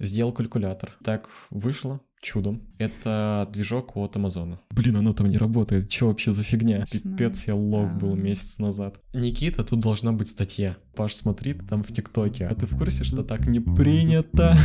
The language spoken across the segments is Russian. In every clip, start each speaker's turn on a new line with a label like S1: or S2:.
S1: Сделал калькулятор. Так вышло чудом. Это движок от Амазона. Блин, оно там не работает. Че вообще за фигня?
S2: Точно. А.
S1: Пипец, я лох
S2: Да.
S1: был месяц назад. Никита, тут должна быть статья. Паш, смотри, ты там в ТикТоке. А ты в курсе, что так не принято?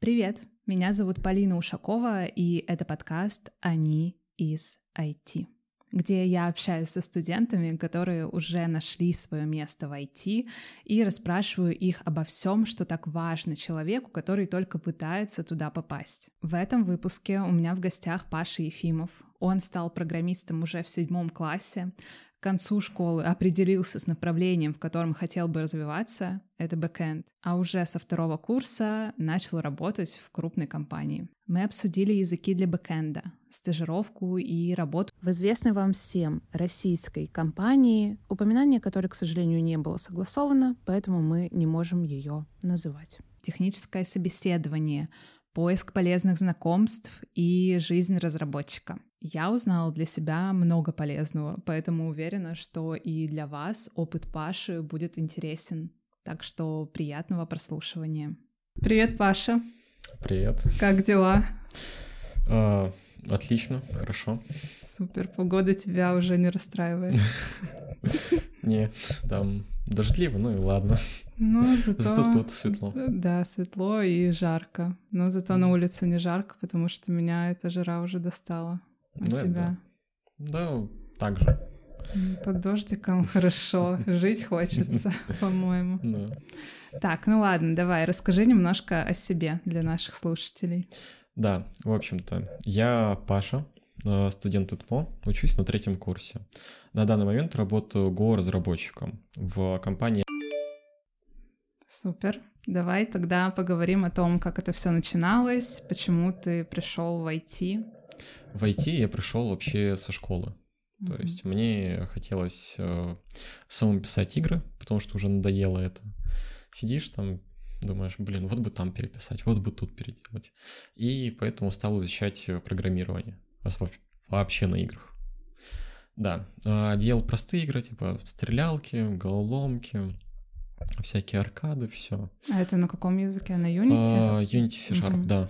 S2: Привет, меня зовут Полина Ушакова, и это подкаст «Они из IT», где я общаюсь со студентами, которые уже нашли свое место в IT, и расспрашиваю их обо всем, что так важно человеку, который только пытается туда попасть. В этом выпуске у меня в гостях Паша Ефимов. Он стал программистом уже в седьмом классе, к концу школы определился с направлением, в котором хотел бы развиваться, это бэкэнд, а уже со второго курса начал работать в крупной компании. Мы обсудили языки для бэкэнда, стажировку и работу.
S3: В известной вам всем российской компании, упоминание которой, к сожалению, не было согласовано, поэтому мы не можем ее называть.
S2: техническое собеседование, поиск полезных знакомств и жизнь разработчика. Я узнала для себя много полезного, поэтому уверена, что и для вас опыт Паши будет интересен. Так что приятного прослушивания. Привет, Паша.
S1: Привет.
S2: Как дела?
S1: А, Отлично, хорошо.
S2: Супер, погода тебя уже не расстраивает.
S1: Нет, там дождливо, ну и ладно.
S2: Ну, зато...
S1: Зато тут светло.
S2: Да, светло и жарко. Но зато на улице не жарко, потому что меня эта жара уже достала. А
S1: Ну, это
S2: тебя?
S1: Да, так же.
S2: М, Под дождиком хорошо, жить хочется, по-моему.
S1: да.
S2: Так, ну ладно, давай, расскажи немножко о себе для наших слушателей.
S1: Да, в общем-то, я Паша, э, студент ИТМО, учусь на третьем курсе. На данный момент работаю го-разработчиком в компании.
S2: Супер. Давай тогда поговорим о том, как это все начиналось, почему ты пришел в IT.
S1: В IT я пришел вообще со школы. То
S2: Мгм.
S1: есть мне хотелось э, самому писать игры, потому что уже надоело это. Сидишь там, думаешь, блин, вот бы там переписать, вот бы тут переделать. И поэтому стал изучать э, программирование. Ос- во- Вообще на играх. Да, а, делал простые игры, типа стрелялки, головоломки, всякие аркады, все.
S2: А это на каком языке? На Unity?
S1: А, Unity C-Sharp,
S2: Мгм.
S1: да.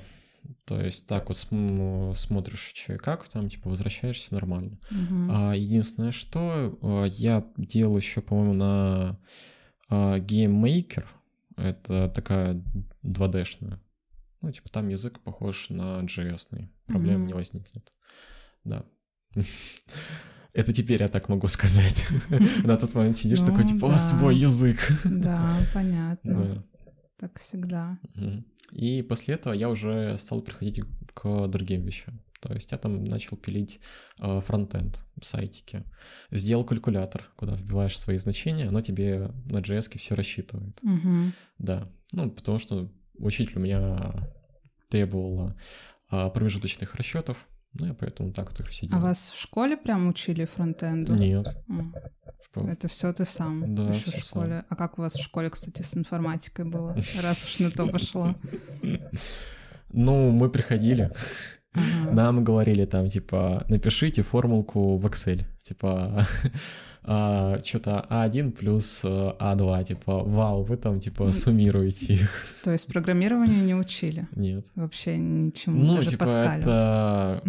S1: То есть так вот см- смотришь, че как там, типа возвращаешься нормально.
S2: Мгм.
S1: А, Единственное, что а, я делал еще, по-моему, на а, Game Maker. Это такая 2D-шная. Ну, типа там язык похож на JS. -ный. Проблем
S2: Мгм.
S1: не возникнет. Да. Это теперь я так могу сказать. На тот момент сидишь
S2: Ну,
S1: такой, типа,
S2: да.
S1: «О, свой язык.
S2: Да, понятно.
S1: Да.
S2: Так всегда.
S1: Мгм. И после этого я уже стал приходить к другим вещам. То есть я там начал пилить э, фронтенд, сайтики. Сделал калькулятор, куда вбиваешь свои значения, оно тебе на JS все рассчитывает.
S2: Мгм.
S1: Да. Ну, потому что учитель у меня требовал э, промежуточных расчетов, ну, я поэтому так вот их все
S2: А
S1: делал.
S2: вас в школе прям учили фронтенду?
S1: Нет.
S2: М.
S1: Типа,
S2: Это все ты сам
S1: Да,
S2: еще
S1: всё
S2: в школе. А как у вас в школе, кстати, с информатикой было? Раз уж на то пошло.
S1: Ну, мы приходили,
S2: Ага.
S1: Нам говорили там, типа, напишите формулку в Excel, типа, а, что-то А1 плюс э, А2, типа, вау, вы там, типа,
S2: М.
S1: суммируете их.
S2: То есть программированию не учили
S1: Нет.
S2: вообще ничему,
S1: Ну,
S2: даже
S1: типа,
S2: Паскалю.
S1: это...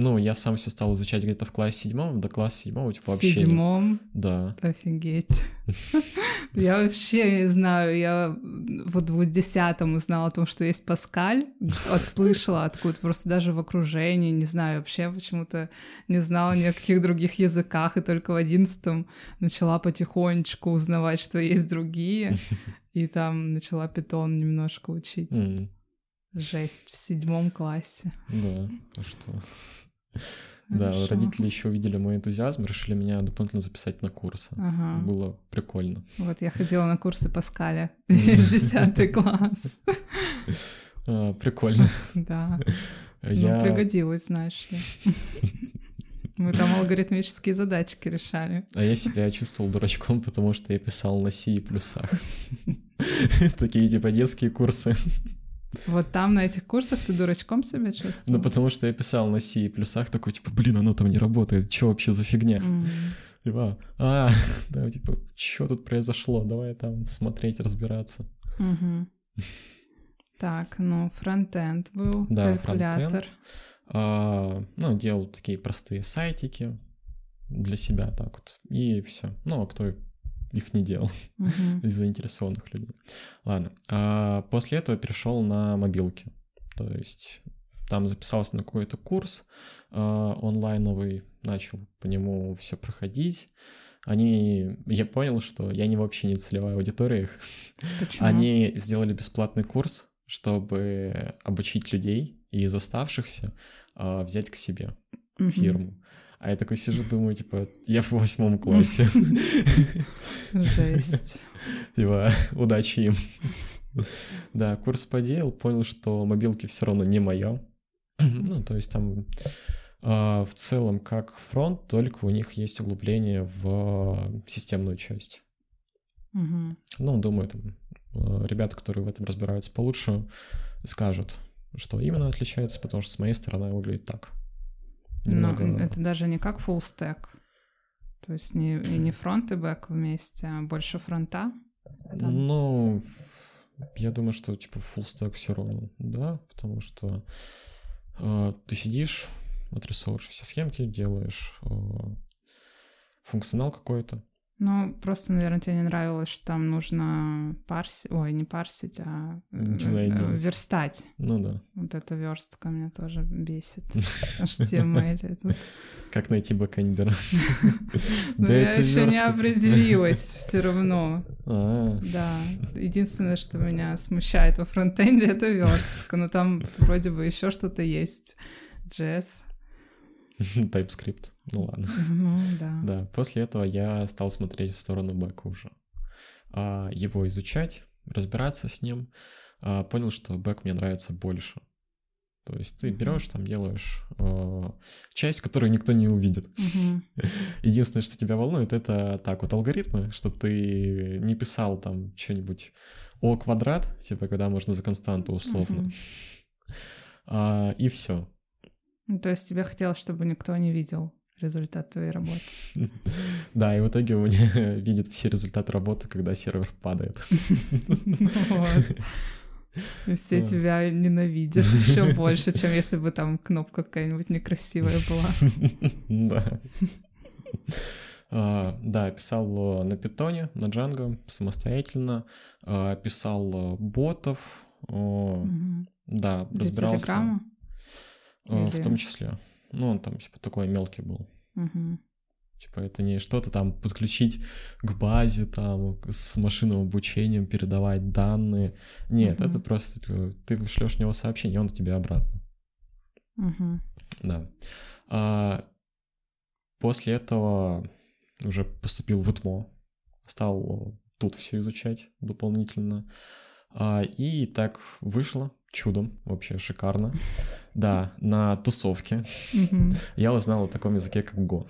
S1: Ну, я сам все стал изучать где-то в классе седьмом, до класса седьмого, типа,
S2: В
S1: вообще... не-
S2: седьмом,
S1: Да.
S2: офигеть. Я вообще не знаю, я вот в десятом узнала о том, что есть Паскаль, отслышала откуда, просто даже в окружении, не знаю, вообще почему-то не знала ни о каких других языках, и только в одиннадцатом начала потихонечку узнавать, что есть другие, и там начала питон немножко учить.
S1: М,
S2: Жесть, в седьмом классе.
S1: Да, а что? Да,
S2: Хорошо.
S1: родители еще увидели мой энтузиазм, решили меня дополнительно записать на курсы.
S2: Ага.
S1: Было прикольно.
S2: Вот я ходила на курсы Паскаля весь десятый класс.
S1: А, Прикольно.
S2: Да.
S1: Я-
S2: Ну, пригодилось, знаешь ли. Мы там алгоритмические задачки решали.
S1: А я себя чувствовал дурачком, потому что я писал на C и плюсах. Такие типа детские курсы.
S2: Вот там на этих курсах ты дурачком себя чувствуешь?
S1: Ну, потому что я писал на C и плюсах, такой, типа, блин, оно там не работает, что вообще за фигня? Типа, а, да, типа, что тут произошло, давай там смотреть, разбираться.
S2: Мгм. Так, ну, фронтенд был,
S1: Да,
S2: калькулятор.
S1: А, ну, делал такие простые сайтики для себя так вот, и все. Ну, а кто их не делал
S2: Мгм.
S1: из заинтересованных людей? Ладно. А, после этого перешел на мобилки. То есть там записался на какой-то курс а, онлайновый, начал по нему все проходить. Они, я понял, что я не вообще не целевая аудитория их,
S2: Почему?
S1: они сделали бесплатный курс, чтобы обучить людей и из оставшихся а, взять к себе
S2: Мгм.
S1: в фирму. А я такой сижу, думаю, типа, я в восьмом классе.
S2: Жесть.
S1: Типа, удачи им. Да, курс поделал, понял, что мобилки все равно не мое. Ну, то есть там а, в целом как фронт, только у них есть углубление в а, системную часть.
S2: Мгм.
S1: Ну, думаю, там э, ребята, которые в этом разбираются получше, скажут, что именно отличается, потому что с моей стороны выглядит так.
S2: Но
S1: Немного...
S2: это даже не как full stack. То есть не, и не фронт и бэк вместе, а больше фронта. да.
S1: Ну, я думаю, что типа full stack все равно, да, потому что э, ты сидишь, отрисовываешь все схемки, делаешь э, функционал какой-то.
S2: Ну, просто, наверное, тебе не нравилось, что там нужно парсить, ой, не парсить, а э,
S1: Дизайн
S2: э,
S1: делать.
S2: верстать.
S1: Ну да,
S2: Вот эта верстка меня тоже бесит. Эм HTML. это-
S1: как найти бэкэндера.
S2: Ну,
S1: Да
S2: я
S1: это
S2: еще не
S1: верстка.
S2: определилась все равно.
S1: А,
S2: Да, единственное, что меня смущает во фронтенде, это верстка. Но там вроде бы еще что-то есть. Джесс.
S1: TypeScript. Ну ладно.
S2: Ну, да.
S1: Да, после этого я стал смотреть в сторону бэка уже. А, Его изучать, разбираться с ним. А, Понял, что бэк мне нравится больше. То есть ты берешь, там делаешь э, часть, которую никто не увидит.
S2: Мгм.
S1: Единственное, что тебя волнует, это так вот алгоритмы, чтобы ты не писал там что-нибудь о квадрат, типа когда можно за константу условно.
S2: Мгм.
S1: А, И все.
S2: Ну, То есть тебе хотелось, чтобы никто не видел результат твоей работы.
S1: Да, и в итоге у меня видят все результаты работы, когда сервер падает.
S2: Вот. И все
S1: Да.
S2: тебя ненавидят еще больше, чем если бы там кнопка какая-нибудь некрасивая была.
S1: Да. А, Да, писал э, на питоне, на джанго, самостоятельно. А, Писал э, ботов. О,
S2: Мгм.
S1: Да,
S2: Для
S1: разбирался.
S2: Телеграма?
S1: э, В
S2: Или-
S1: том числе. Ну, он там типа такой мелкий был.
S2: Мгм.
S1: Типа это не что-то там подключить к базе, там к- с машинным обучением передавать данные. Нет,
S2: Мгм.
S1: это просто э, ты шлешь в него сообщение, и он тебе обратно.
S2: Мгм.
S1: Да. А, после этого уже поступил в ИТМО, стал тут все изучать дополнительно. А, и так вышло чудом, вообще шикарно. Да, на тусовке
S2: Мгм.
S1: я узнал о таком языке, как Go.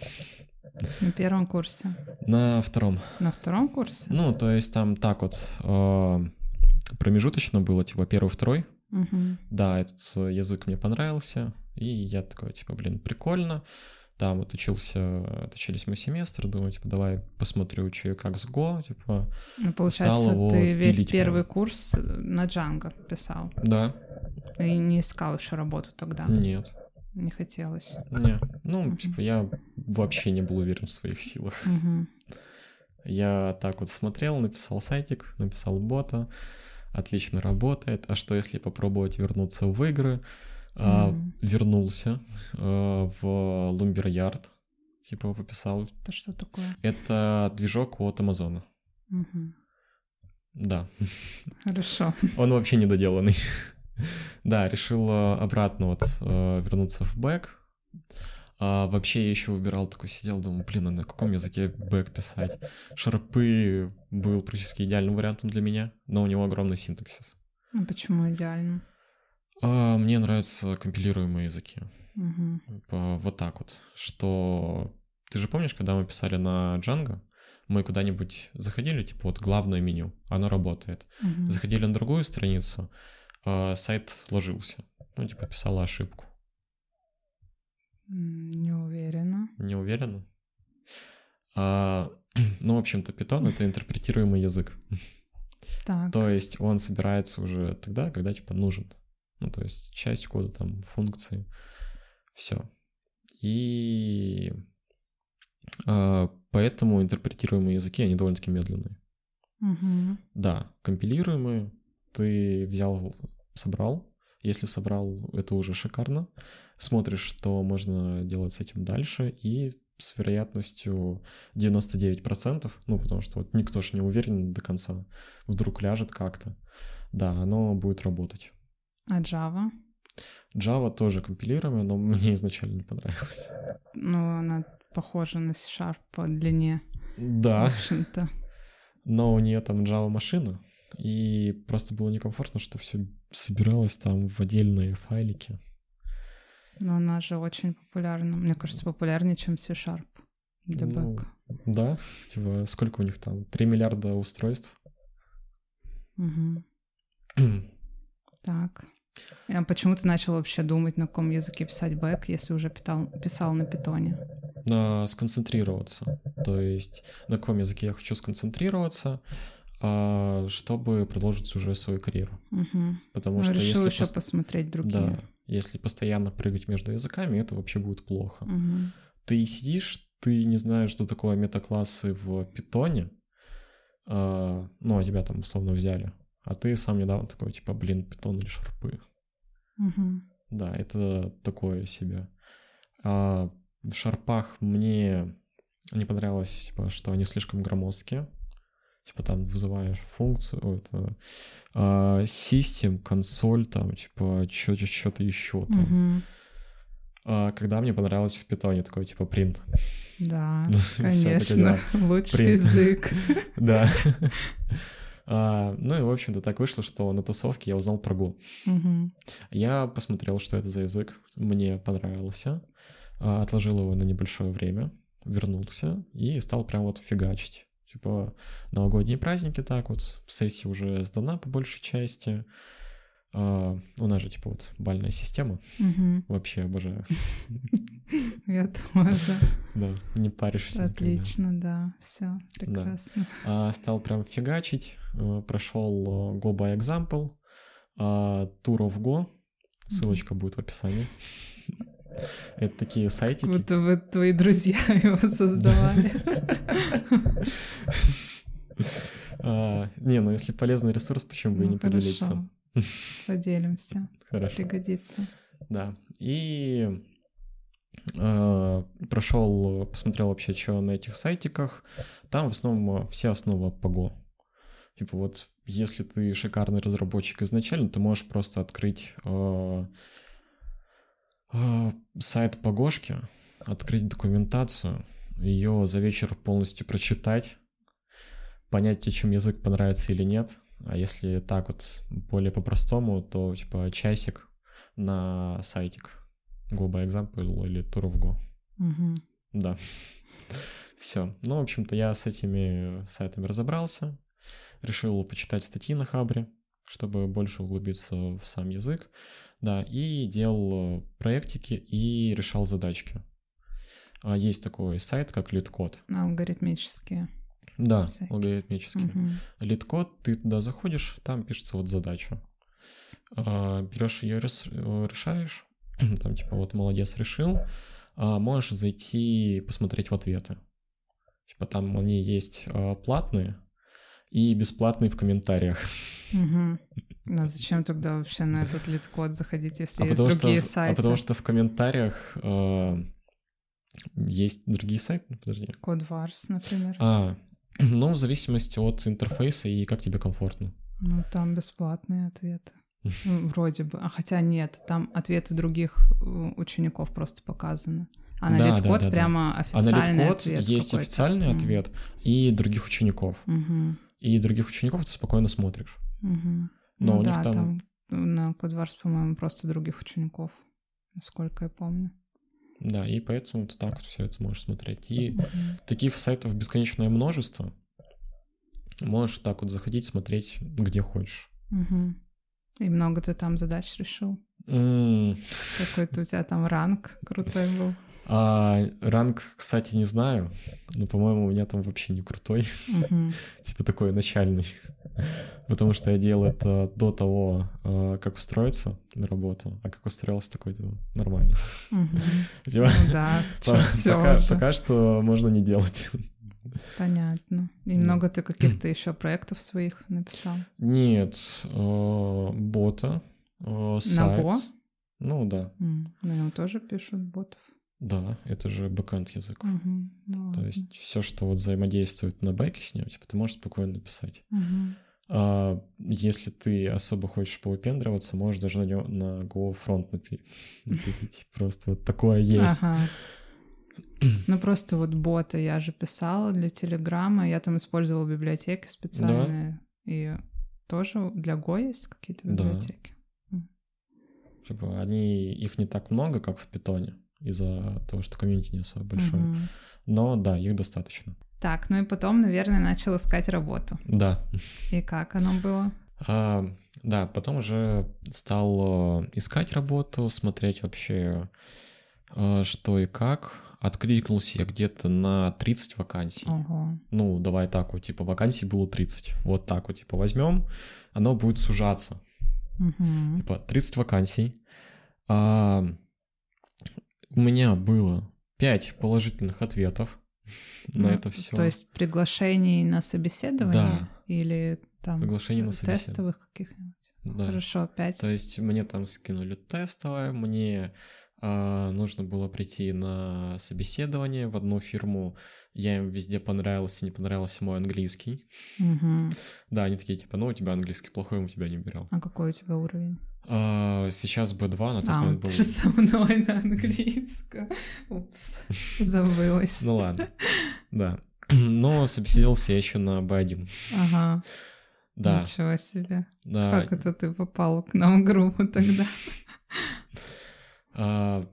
S2: На первом курсе.
S1: На втором.
S2: На втором курсе?
S1: Ну, то есть там так вот э, промежуточно было, типа первый, второй,
S2: Мгм.
S1: да, этот э, язык мне понравился, и я такой, типа, блин, прикольно. Там вот учился, отучились мы семестр, думаю, типа, давай посмотрю, что и как с Go, типа,
S2: Ну, Получается,
S1: его
S2: ты весь
S1: пилить
S2: первый
S1: прям.
S2: курс э, на Джанго писал.
S1: да,
S2: И не искал еще работу тогда.
S1: нет,
S2: Не хотелось.
S1: не, ну,
S2: Мгм.
S1: типа, я вообще не был уверен в своих силах.
S2: Мгм.
S1: Я так вот смотрел, написал сайтик, написал бота, отлично работает, а что если попробовать вернуться в игры? А,
S2: Мгм.
S1: вернулся э, в Lumberyard, типа, пописал
S2: Это что такое?
S1: Это движок от Амазона.
S2: Мгм.
S1: Да,
S2: Хорошо.
S1: он вообще недоделанный. Да, решил э, обратно вот э, вернуться в бэк. А, вообще я еще выбирал, такой сидел, думаю, блин, а на каком языке бэк писать? Шарпы был практически идеальным вариантом для меня, но у него огромный синтаксис.
S2: А почему идеально?
S1: А, мне нравятся компилируемые языки.
S2: Мгм.
S1: Типа, Вот так вот, что... Ты же помнишь, когда мы писали на Django, мы куда-нибудь заходили, типа вот главное меню, оно работает.
S2: Мгм.
S1: заходили на другую страницу, э, сайт ложился. Ну, типа, писала ошибку.
S2: М, Не уверена.
S1: Не уверена. А, ну, в общем-то, питон — это интерпретируемый язык.
S2: Так.
S1: То есть он собирается уже тогда, когда типа нужен. Ну, то есть часть кода, там, функции, все. И э, поэтому интерпретируемые языки, они довольно-таки медленные.
S2: Мгм.
S1: Да, компилируемые ты взял, собрал. Если собрал, это уже шикарно. Смотришь, что можно делать с этим дальше, и с вероятностью 99%, ну, потому что вот никто же не уверен до конца, вдруг ляжет как-то. Да, оно будет работать.
S2: А Java?
S1: Java тоже компилируемая, но мне изначально не понравилось.
S2: Ну, она похожа на C-Sharp по длине, в
S1: Да,
S2: общем-то.
S1: но у нее там Java машина, и просто было некомфортно, что все собиралось там в отдельные файлики.
S2: Но она же очень популярна. Мне кажется, популярнее, чем C-Sharp для
S1: Ну,
S2: бэка.
S1: Да, типа, сколько у них там? 3 миллиарда устройств.
S2: Мгм. Так. А почему ты начал вообще думать, на каком языке писать бэк, если уже питал- писал на питоне?
S1: На сконцентрироваться. То есть, на каком языке я хочу сконцентрироваться, а, чтобы продолжить уже свою карьеру.
S2: Мгм.
S1: Потому
S2: Ну,
S1: что
S2: решил
S1: а если,
S2: еще
S1: пос-
S2: посмотреть другие.
S1: да, если постоянно прыгать между языками, это вообще будет плохо.
S2: Мгм.
S1: Ты сидишь, ты не знаешь, что такое метаклассы в питоне, а, ну, а тебя там условно взяли. А ты сам недавно такой, типа, блин, питон или шарпы.
S2: Мгм.
S1: Да, это такое себе. А в шарпах мне не понравилось, типа, что они слишком громоздкие. Типа там вызываешь функцию, ой, это, а, систем, консоль, там, типа, что-то еще там.
S2: Мгм.
S1: А когда мне понравилось в питоне, такой, типа, принт.
S2: Да,
S1: Всё-таки,
S2: конечно, лучший
S1: Блин.
S2: язык.
S1: Да. А, Ну и, в общем-то, так вышло, что на тусовке я узнал про Go.
S2: Мгм.
S1: Я посмотрел, что это за язык, мне понравился, а, отложил его на небольшое время, вернулся и стал прям вот фигачить. Типа новогодние праздники так вот, сессия уже сдана по большей части. А, у нас же типа вот бальная система,
S2: Мгм.
S1: вообще обожаю.
S2: Я тоже.
S1: Да, не паришься. никогда.
S2: Отлично, да, все прекрасно.
S1: А, стал прям фигачить, а, прошел Go by Example, а, Tour of Go, ссылочка будет в описании. Это такие
S2: Как
S1: сайтики,
S2: будто бы твои друзья его создавали.
S1: А, Не, ну если полезный ресурс, почему бы и
S2: Ну,
S1: не поделиться?
S2: хорошо. Поделимся,
S1: Хорошо.
S2: пригодится.
S1: Да. И прошел, посмотрел вообще, что на этих сайтиках. Там в основном э, все основы по Go. Типа вот, если ты шикарный разработчик изначально, ты можешь просто открыть э, э, сайт по Гошке, открыть документацию, ее за вечер полностью прочитать, понять, тебе чем язык понравится или нет. А если так вот более по-простому, то типа часик на сайтик Go by Example или Tour of Go.
S2: Мгм.
S1: Да. Все. Ну, в общем-то, я с этими сайтами разобрался. Решил почитать статьи на Хабре, чтобы больше углубиться в сам язык. Да, и делал э, проектики и решал задачки. А Есть такой сайт, как Литкод.
S2: Алгоритмические.
S1: Да,
S2: Всякие.
S1: алгоритмический.
S2: Мгм.
S1: Литкод, ты туда заходишь, там пишется вот задача. А, Берешь ее, решаешь, там типа вот молодец, решил. А, Можешь зайти посмотреть в ответы. Типа там они есть а, платные и бесплатные в комментариях.
S2: Мгм. Ну зачем тогда вообще на этот лид-код заходить, если
S1: А
S2: есть
S1: потому, что,
S2: другие
S1: а
S2: сайты?
S1: потому что в комментариях а, есть другие сайты, подожди.
S2: Кодварс, например.
S1: А, ну, в зависимости от интерфейса и как тебе комфортно.
S2: Ну, там бесплатные ответы. Ну, Вроде бы. А хотя нет, там ответы других э, учеников просто показаны. А на
S1: Да, да,
S2: лид-код
S1: да, да.
S2: прямо
S1: А на
S2: официальный
S1: Литкод
S2: ответ
S1: есть
S2: какой-то.
S1: официальный
S2: Мгм.
S1: ответ и других учеников.
S2: Мгм.
S1: и других учеников ты спокойно смотришь.
S2: Мгм.
S1: Но
S2: ну
S1: у них
S2: да,
S1: там-
S2: там... на Кодварс, по-моему, просто других учеников, насколько я помню.
S1: Да, и поэтому ты так вот все это можешь смотреть. И
S2: Мгм.
S1: таких сайтов бесконечное множество. Можешь так вот заходить, смотреть, где хочешь.
S2: Мгм. И много ты там задач решил?
S1: М,
S2: Какой-то у тебя там ранг крутой был?
S1: а, ранг, кстати, не знаю, но, по-моему, у меня там вообще не крутой.
S2: Мгм.
S1: типа такой начальный. Потому что я делал это до того, э, как устроиться на работу, а как устроился такой, типа, нормально.
S2: Мгм.
S1: Типа,
S2: Ну да,
S1: по-
S2: все
S1: пока, пока что можно не делать.
S2: Понятно. И
S1: Да.
S2: много ты каких-то еще проектов своих написал?
S1: Нет, э, бота, э, сайт.
S2: Го?
S1: Ну да,
S2: М, На нем тоже пишут ботов.
S1: да, это же бэкэнд язык.
S2: Мгм. Ну
S1: То
S2: ладно.
S1: есть все, что вот взаимодействует на бэке с ним, типа, ты можешь спокойно написать.
S2: Мгм.
S1: А если ты особо хочешь повыпендриваться, можешь даже на, нё- на Go фронт напи- напилить. Просто вот такое есть.
S2: Ага. Ну просто вот боты я же писала для Телеграма, я там использовала библиотеки специальные. И тоже для Го есть какие-то
S1: Да.
S2: библиотеки?
S1: Типа, они, их не так много, как в питоне, из-за того, что комьюнити не особо большое.
S2: Мгм.
S1: Но да, их достаточно.
S2: Так, ну и потом, наверное, начал искать работу.
S1: Да.
S2: И как оно было?
S1: А, да, потом уже стал э, искать работу, смотреть вообще, э, что и как. Откликнулся я где-то на 30 вакансий.
S2: Ого.
S1: ну, давай так вот, типа, вакансий было 30, вот так вот, типа, возьмем, оно будет сужаться,
S2: Мгм.
S1: типа, 30 вакансий. А, у меня было 5 положительных ответов на
S2: Ну,
S1: это все.
S2: То есть приглашений на собеседование
S1: Да.
S2: или там
S1: Приглашение на собеседование.
S2: Э, тестовых каких-нибудь?
S1: Да.
S2: Хорошо, пять.
S1: То есть мне там скинули тестовое, мне а, нужно было прийти на собеседование в одну фирму. Я им везде понравился, не понравился мой английский.
S2: Мгм.
S1: Да, они такие, типа, ну, у тебя английский плохой, мы тебя не берем.
S2: А какой у тебя уровень?
S1: А, Сейчас B2, на тот
S2: а,
S1: момент
S2: вот
S1: был...
S2: ты же со мной на английском. Упс, забылась.
S1: Ну ладно, да. Но собеседовался я еще на B1.
S2: Ага,
S1: Да, А,
S2: ничего себе.
S1: да.
S2: Как это ты попал к нам в группу тогда?
S1: А,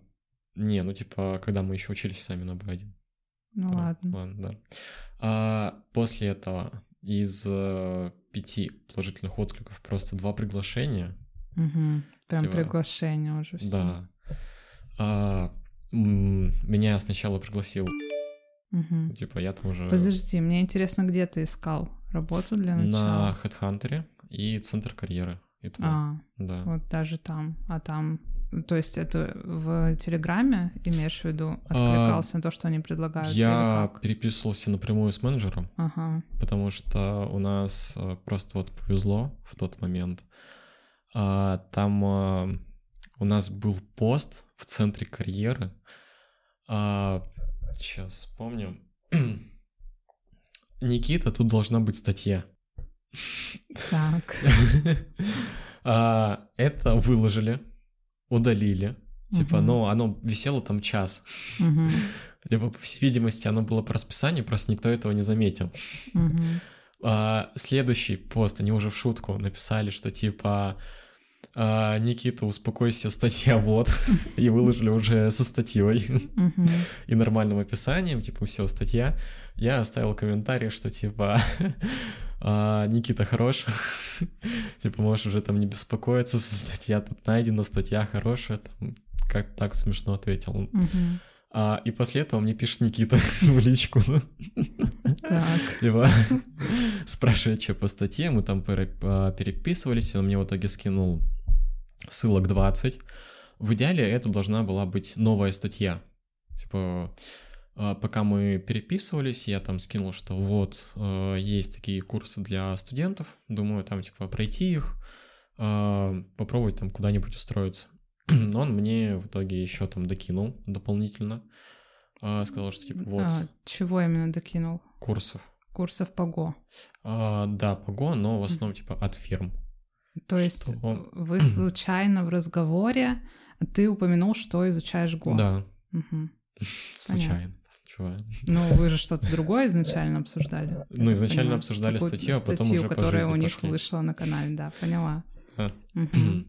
S1: Не, ну типа, когда мы еще учились сами на B1.
S2: Ну
S1: Пора.
S2: ладно.
S1: да. А, После этого из э, пяти положительных откликов просто два приглашения.
S2: Мгм. Прям
S1: Типа-
S2: приглашение уже все.
S1: Да. А, м, Меня сначала пригласил, типа, я там уже...
S2: Подожди, мне интересно, где ты искал работу для
S1: На
S2: начала?
S1: HeadHunter и Центр карьеры. И т.п.
S2: А,
S1: да.
S2: вот даже там, а там... То есть это в Телеграме, имеешь в виду, откликался на то, что они предлагают? или
S1: А, Я
S2: как?
S1: переписывался напрямую с менеджером,
S2: Ага.
S1: потому что у нас э, просто вот повезло в тот момент. А, Там э, у нас был пост в центре карьеры. Сейчас вспомню. Никита, тут должна быть статья.
S2: Так.
S1: А, Это выложили, удалили. Типа,
S2: Мгм.
S1: ну, оно висело там час.
S2: Мгм.
S1: Типа, по всей видимости, оно было по расписанию, просто никто этого не заметил.
S2: Мгм.
S1: А, следующий пост, они уже в шутку написали, что типа «А, Никита, успокойся, статья вот. И выложили уже со статьей
S2: Мгм.
S1: и нормальным описанием, типа, все, статья. Я оставил комментарий, что типа «А, Никита хорош. Типа, можешь уже там не беспокоиться, статья тут найдена, статья хорошая. Там, как так смешно ответил он.
S2: Мгм.
S1: А, и после этого мне пишет Никита в личку.
S2: Так.
S1: Либо спрашивает, что по статье, мы там пере- а, переписывались, он мне в итоге скинул ссылок 20. В идеале это должна была быть новая статья. Типа, а, пока мы переписывались, я там скинул, что вот, э, есть такие курсы для студентов, думаю, там, типа, пройти их, а, попробовать там куда-нибудь устроиться. Но он мне в итоге еще там докинул дополнительно, а, сказал, что, типа, вот,
S2: А, Чего именно докинул?
S1: курсов
S2: Курсов по ГО.
S1: а, да, пого, но в основном типа от фирм.
S2: То есть э,
S1: Что?
S2: вы случайно в разговоре ты упомянул, что изучаешь ГО.
S1: Да,
S2: Мгм.
S1: случайно. Чувак.
S2: Ну, вы же что-то другое изначально обсуждали. я
S1: Ну,
S2: так
S1: изначально
S2: понимаю.
S1: обсуждали
S2: Какую-то
S1: статью, а потом
S2: статью,
S1: уже по
S2: которая
S1: жизни
S2: у них
S1: пошли.
S2: вышла на канале, да, поняла.
S1: А.
S2: Мгм.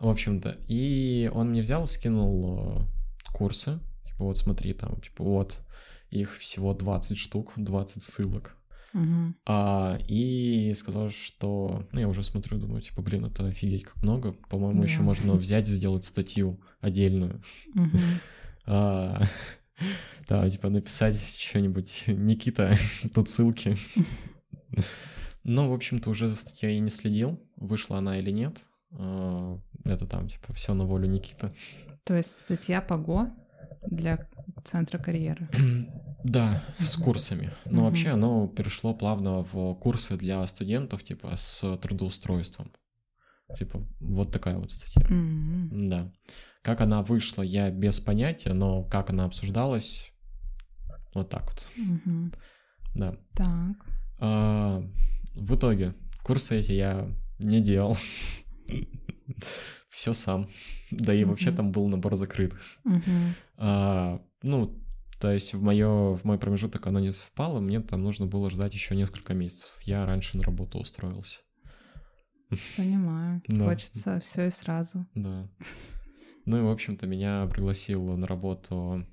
S1: В общем-то, и он мне взял, скинул э, курсы. Типа, вот смотри, там, типа, вот, их всего 20 штук, 20 ссылок.
S2: Мгм.
S1: А, и сказал, что... Ну, я уже смотрю, думаю, типа, блин, это офигеть как много. По-моему, еще
S2: Да.
S1: можно взять и сделать статью отдельную.
S2: Мгм.
S1: А, да, типа, написать что-нибудь. Никита, тут ссылки. Ну, в общем-то, уже за статьей я не следил, вышла она или нет. А, Это там, типа, все на волю Никита.
S2: То есть статья по ГО для центра карьеры.
S1: Да, с курсами. Но
S2: Мгм.
S1: вообще оно перешло плавно в курсы для студентов, типа с трудоустройством. Типа, вот такая вот статья.
S2: Мгм.
S1: Да. Как она вышла, я без понятия, но как она обсуждалась, вот так вот.
S2: Мгм.
S1: Да.
S2: Так.
S1: А, в итоге, курсы эти я не делал. Все сам. Да и вообще
S2: Мгм.
S1: там был набор закрытых.
S2: Мгм.
S1: А, ну, то есть в, моё, в мой промежуток оно не совпало, мне там нужно было ждать еще несколько месяцев. Я раньше на работу устроился.
S2: Понимаю.
S1: Да.
S2: Хочется все и сразу.
S1: Да. Ну и, в общем-то, меня пригласила на работу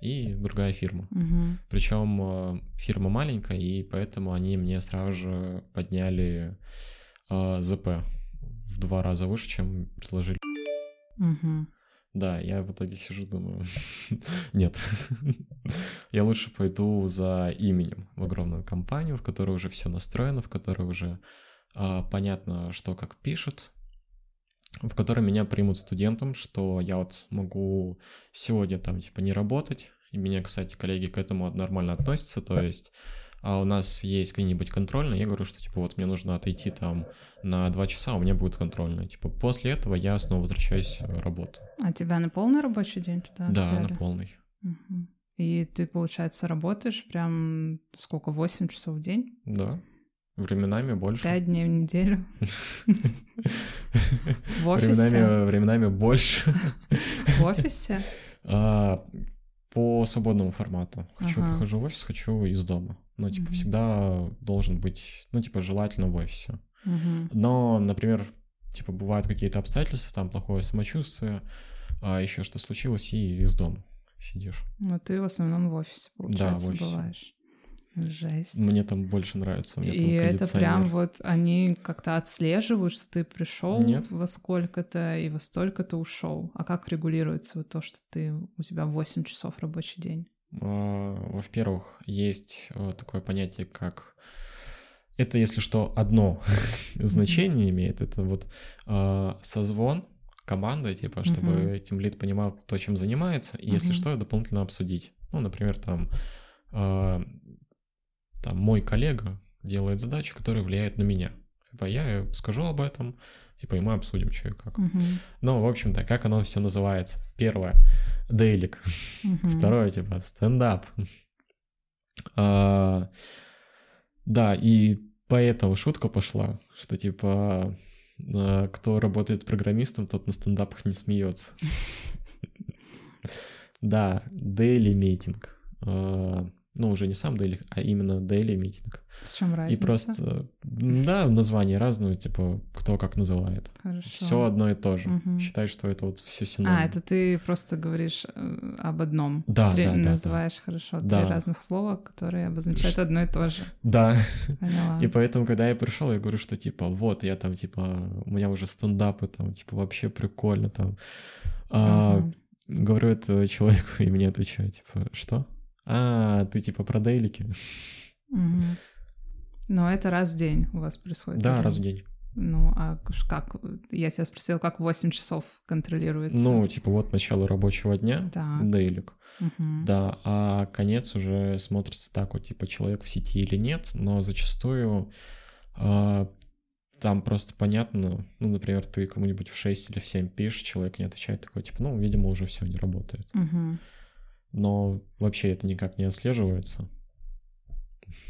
S1: и другая фирма.
S2: Мгм.
S1: Причем э, фирма маленькая, и поэтому они мне сразу же подняли э, ЗП в два раза выше, чем предложили.
S2: Мгм.
S1: Да, я в итоге сижу, думаю, нет, я лучше пойду за именем в огромную компанию, в которой уже все настроено, в которой уже а, понятно, что как пишут, в которой меня примут студентом, что я вот могу сегодня там типа не работать, и меня, кстати, коллеги к этому нормально относятся, то есть а у нас есть какие-нибудь контрольные, я говорю, что типа вот мне нужно отойти там на два часа, у меня будет контрольная, типа после этого я снова возвращаюсь э, работать.
S2: А тебя на полный рабочий день туда
S1: Да,
S2: взяли?
S1: на полный.
S2: Мгм. И ты, получается, работаешь прям сколько, 8 часов в день?
S1: Да. Временами больше.
S2: Пять дней в неделю в офисе?
S1: Временами, э, временами больше.
S2: В офисе?
S1: А, По свободному формату. Хочу,
S2: Ага.
S1: прихожу в офис, хочу из дома. Ну, типа,
S2: Мгм.
S1: всегда должен быть, ну, типа, желательно в офисе.
S2: Мгм.
S1: Но, например, типа, бывают какие-то обстоятельства, там плохое самочувствие, а еще что случилось, и из дома сидишь.
S2: Ну, ты в основном в офисе, получается,
S1: офисе.
S2: бываешь. Жесть.
S1: Мне там больше нравится. Мне там
S2: И это прям
S1: кондиционер.
S2: вот они как-то отслеживают, что ты пришел
S1: Нет.
S2: во сколько-то и во столько-то ушел. А как регулируется вот то, что ты у тебя 8 часов рабочий день?
S1: А, Во-первых, есть э, такое понятие, как... Это, если что, одно значение имеет. Это вот а, созвон команды, типа, чтобы тимлид понимал, кто чем занимается, и если
S2: Мгм.
S1: что, дополнительно обсудить. Ну, например, там, а, там мой коллега делает задачу, которая влияет на меня. Типа, я скажу об этом, типа, и мы обсудим, что и как.
S2: Мгм.
S1: Ну, в общем-то, как оно все называется? Первое — дейлик.
S2: Мгм.
S1: Второе, типа, стендап. А, Да, и поэтому шутка пошла, что, типа, а, кто работает программистом, тот на стендапах не смеется. Да, daily митинг. А, Ну, уже не сам daily, а именно daily митинг.
S2: В чем
S1: И
S2: разница?
S1: просто, да, название разное, типа, кто как называет.
S2: Хорошо.
S1: Все одно и то же.
S2: Мгм.
S1: Считай, что это вот все синонимы.
S2: А, это ты просто говоришь э, об одном.
S1: Да,
S2: Три-
S1: да, да, да.
S2: называешь хорошо три
S1: Да.
S2: разных слова, которые обозначают
S1: Ш-
S2: одно и то же.
S1: Да.
S2: Поняла.
S1: И поэтому, когда я пришел, я говорю, что типа, вот, я там, типа, у меня уже стендапы, там, типа, вообще прикольно, там. А,
S2: Ага.
S1: Говорю это человеку, и мне отвечают, типа, что? А, ты типа про дейлики?
S2: Мгм. Но это раз в день у вас происходит.
S1: Да,
S2: или-
S1: раз в день.
S2: Ну, а уж как? Я тебя спросила, как 8 часов контролируется.
S1: Ну, типа, вот начало рабочего дня,
S2: Так.
S1: дейлик.
S2: Мгм.
S1: Да, а конец уже смотрится так вот, типа, человек в сети или нет, но зачастую а, там просто понятно, ну, например, ты кому-нибудь в 6 или в 7 пишешь, человек не отвечает, такой, типа, ну, видимо, уже все не работает.
S2: Мгм.
S1: Но вообще это никак не отслеживается.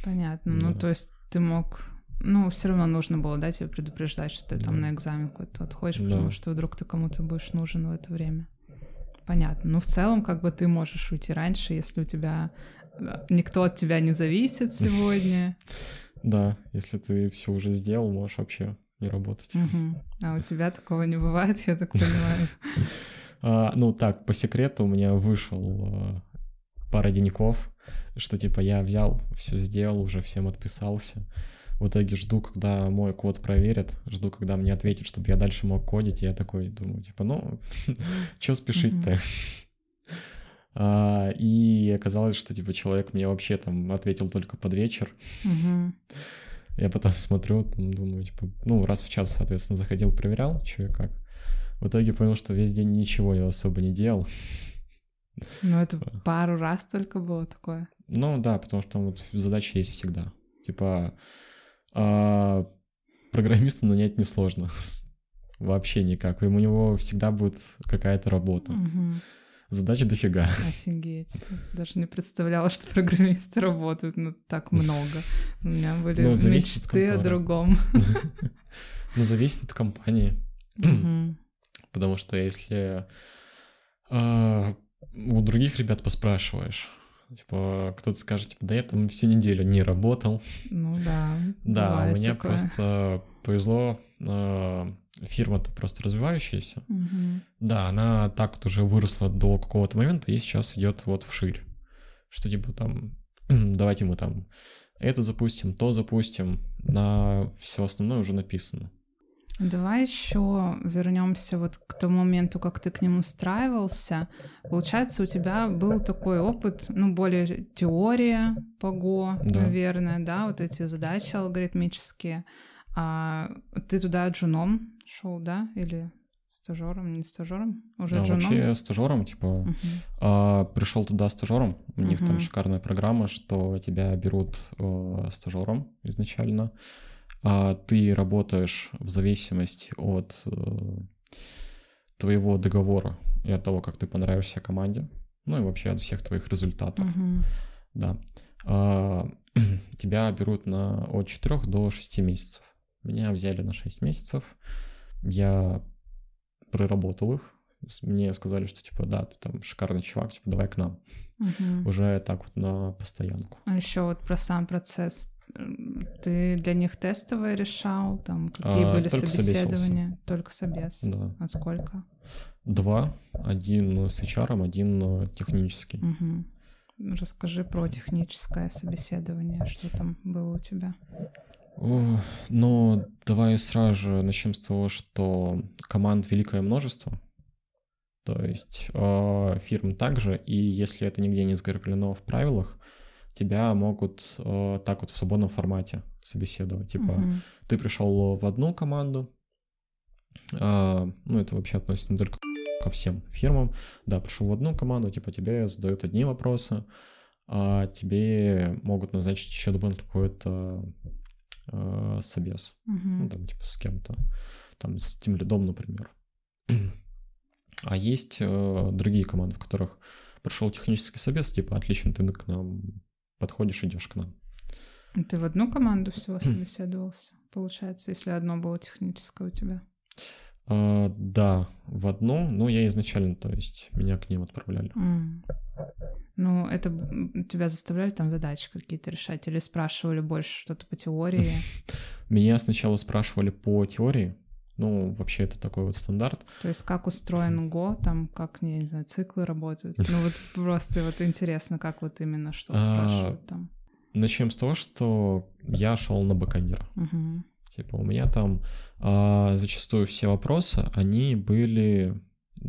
S2: Понятно. Ну,
S1: Да.
S2: то есть ты мог... Ну, все равно нужно было, да, тебе предупреждать, что ты там
S1: Да.
S2: на экзамен какой-то отходишь,
S1: Да.
S2: потому что вдруг ты кому-то будешь нужен в это время. Понятно. Ну, в целом, как бы ты можешь уйти раньше, если у тебя... э, Никто от тебя не зависит сегодня.
S1: Да, если ты все уже сделал, можешь вообще не работать.
S2: Мгм. А у тебя такого не бывает, я так понимаю.
S1: А, ну так, по секрету у меня вышел а, пара деньков, что типа я взял, все сделал, уже всем отписался. В итоге жду, когда мой код проверят, жду, когда мне ответят, чтобы я дальше мог кодить. И я такой думаю, типа, ну, чё спешить-то? А, И оказалось, что типа человек мне вообще там ответил только под вечер.
S2: Мгм.
S1: Я потом смотрю, там, думаю, типа, ну, раз в час, соответственно, заходил, проверял, что и как. В итоге понял, что весь день ничего я особо не делал.
S2: Ну, это пару раз только было такое.
S1: Ну да, потому что там вот задача есть всегда. Типа а, программиста нанять несложно. Вообще никак. Им У него всегда будет какая-то работа.
S2: Мгм.
S1: Задача дофига.
S2: Офигеть. Даже не представляла, что программисты работают ну, так много. У меня были
S1: Ну, зависит от
S2: мечты о
S1: конторы.
S2: другом.
S1: Но зависит от компании.
S2: Мгм.
S1: Потому что если а, у других ребят поспрашиваешь, типа кто-то скажет, типа, да я там всю неделю не работал,
S2: Ну да.
S1: Да,
S2: бывает
S1: у меня
S2: такое.
S1: просто повезло. э, Фирма-то просто развивающаяся.
S2: Мгм.
S1: Да, она так вот уже выросла до какого-то момента и сейчас идет вот вширь. Что типа там, давайте мы там это запустим, то запустим. На все основное уже написано.
S2: Давай еще вернемся вот к тому моменту, как ты к нему устраивался. Получается, у тебя был такой опыт, ну, более теория ПОГО,
S1: Да.
S2: наверное, да, вот эти задачи алгоритмические. А ты туда джуном шел, да, или стажером, не стажером, уже
S1: А
S2: джуном?
S1: вообще стажером, типа,
S2: Мгм.
S1: пришел А, туда стажером. У них
S2: Мгм.
S1: там шикарная программа, что тебя берут э, стажером изначально. а ты работаешь в зависимости от э, твоего договора и от того, как ты понравишься команде, ну и вообще от всех твоих результатов.
S2: Мгм.
S1: Да. А, тебя берут на от 4 до 6 месяцев. Меня взяли на 6 месяцев. Я проработал их. С- Мне сказали, что типа, да, ты там шикарный чувак, типа, давай к нам.
S2: Мгм.
S1: Уже так вот на постоянку.
S2: А еще вот про сам процесс. М, Ты для них тестовые решал, там какие
S1: А,
S2: были
S1: только собесился.
S2: собеседования? Только собес.
S1: Да.
S2: А сколько?
S1: Два. Один с HR, один э, технический.
S2: Мгм. Расскажи про техническое собеседование, что там было у тебя.
S1: О, Но давай сразу же начнем с того, что команд великое множество, то есть э, фирм также, и если это нигде не закреплено в правилах, тебя могут э, так вот в свободном формате собеседовать. Типа,
S2: Мгм.
S1: ты пришел в одну команду, а, ну это вообще относится не только ко всем фирмам, да, пришел в одну команду, типа тебе задают одни вопросы, а тебе могут назначить еще дополнительно какой-то а, собес,
S2: Мгм.
S1: ну там типа с кем-то, там с тем лидом, например. А есть э, другие команды, в которых пришел технический собес, типа отлично, ты к нам подходишь, идешь к нам.
S2: Ты в одну команду всего собеседовался, получается, если одно было техническое у тебя.
S1: А, да, в одну, но я изначально, то есть меня к ним отправляли.
S2: М. Ну, это м, тебя заставляли там задачи какие-то решать или спрашивали больше что-то по теории?
S1: Меня сначала спрашивали по теории, ну, вообще это такой вот стандарт.
S2: То есть как устроен ГО, там как, не, не знаю, циклы работают? Ну вот просто вот интересно, как вот именно что
S1: А.
S2: спрашивают там.
S1: Начнем с того, что я шел на бэкэндера.
S2: Мгм.
S1: Типа у меня там а, зачастую все вопросы, они были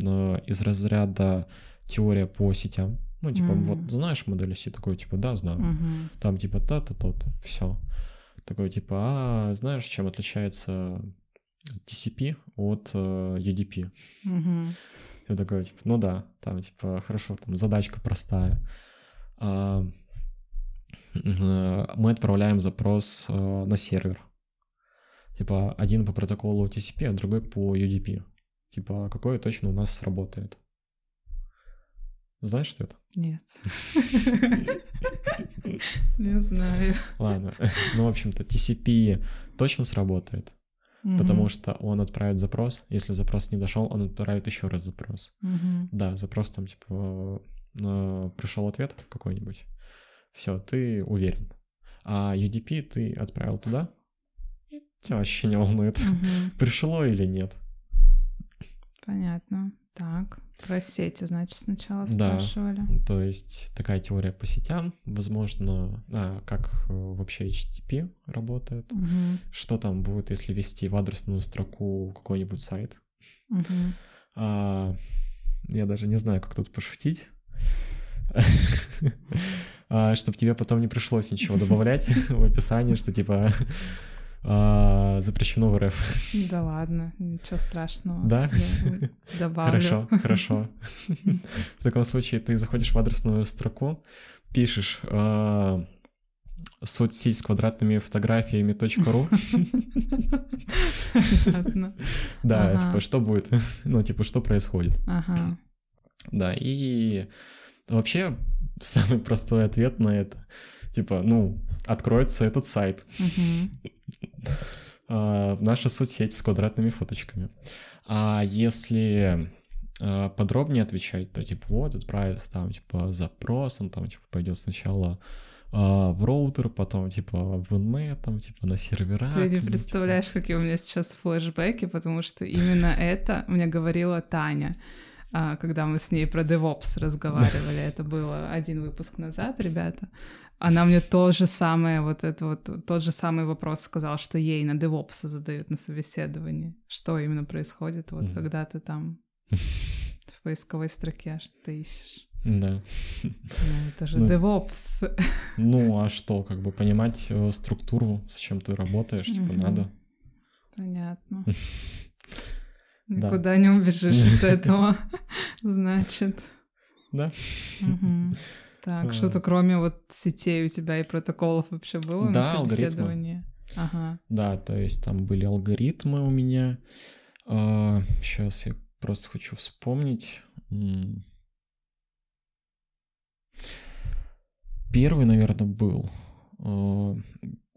S1: а, из разряда теория по сетям. Ну, типа,
S2: Мгм.
S1: вот знаешь модели сети? Такой, типа, да, знаю.
S2: Мгм.
S1: там типа то-то, то-то, все. Такой типа, а знаешь, чем отличается TCP от э, UDP?
S2: Мгм.
S1: Я такой, типа, ну да, там типа, хорошо, там задачка простая. А, э, мы отправляем запрос э, на сервер. Типа, один по протоколу TCP, а другой по UDP. Типа, какое точно у нас сработает? Знаешь, что это?
S2: Нет. Не знаю.
S1: Ладно. Ну, в общем-то, TCP точно сработает. потому что он отправит запрос. Если запрос не дошел, он отправит еще раз запрос. Да, запрос там типа э, пришел ответ какой-нибудь. Все, ты уверен. А UDP ты отправил туда? И тебя вообще не волнует, пришло или нет.
S2: Понятно. Так. Про сети, значит, сначала
S1: Да.
S2: спрашивали.
S1: То есть такая теория по сетям, возможно, а, как э, вообще HTTP работает,
S2: Мгм,
S1: что там будет, если ввести в адресную строку какой-нибудь сайт.
S2: мгм.
S1: А, я даже не знаю, как тут пошутить. чтобы тебе потом не пришлось ничего добавлять в описании, что типа а, запрещено в РФ.
S2: Да ладно, ничего страшного.
S1: Да?
S2: Я, м, Добавлю.
S1: Хорошо, хорошо. В таком случае ты заходишь в адресную строку, пишешь э, соцсеть с квадратными фотографиями .ру.
S2: Ладно.
S1: Да,
S2: Ага.
S1: типа, что будет? Ну, типа, что происходит?
S2: Ага.
S1: Да, и вообще самый простой ответ на это, типа, ну, откроется этот сайт,
S2: мгм.
S1: а, наша соцсеть с квадратными фоточками. А если а, подробнее отвечать, то типа вот отправится там типа запрос, он там типа пойдет сначала а, в роутер, потом типа в инет, там типа на сервера.
S2: Ты не представляешь, какие у меня сейчас флешбеки, потому что именно это мне говорила Таня, а, когда мы с ней про DevOps разговаривали. Это было один выпуск назад, ребята. Она мне то же самое, вот это вот, тот же самый вопрос сказала, что ей на DevOps задают на собеседовании. Что именно происходит, вот
S1: Мгм.
S2: когда ты там в поисковой строке, что ты ищешь.
S1: Да.
S2: Ну, это же
S1: Ну,
S2: DevOps.
S1: Ну а что, как бы понимать э, структуру, с чем ты работаешь, типа
S2: Мгм.
S1: надо.
S2: Понятно.
S1: Да.
S2: Никуда не убежишь от этого, значит.
S1: Да.
S2: Мгм.
S1: Э.
S2: Так, что-то кроме вот сетей у тебя и протоколов вообще было на
S1: Да, алгоритмы.
S2: собеседовании? Ага.
S1: Да, то есть там были алгоритмы у меня. сейчас я просто хочу вспомнить. М. Первый, наверное, был. А,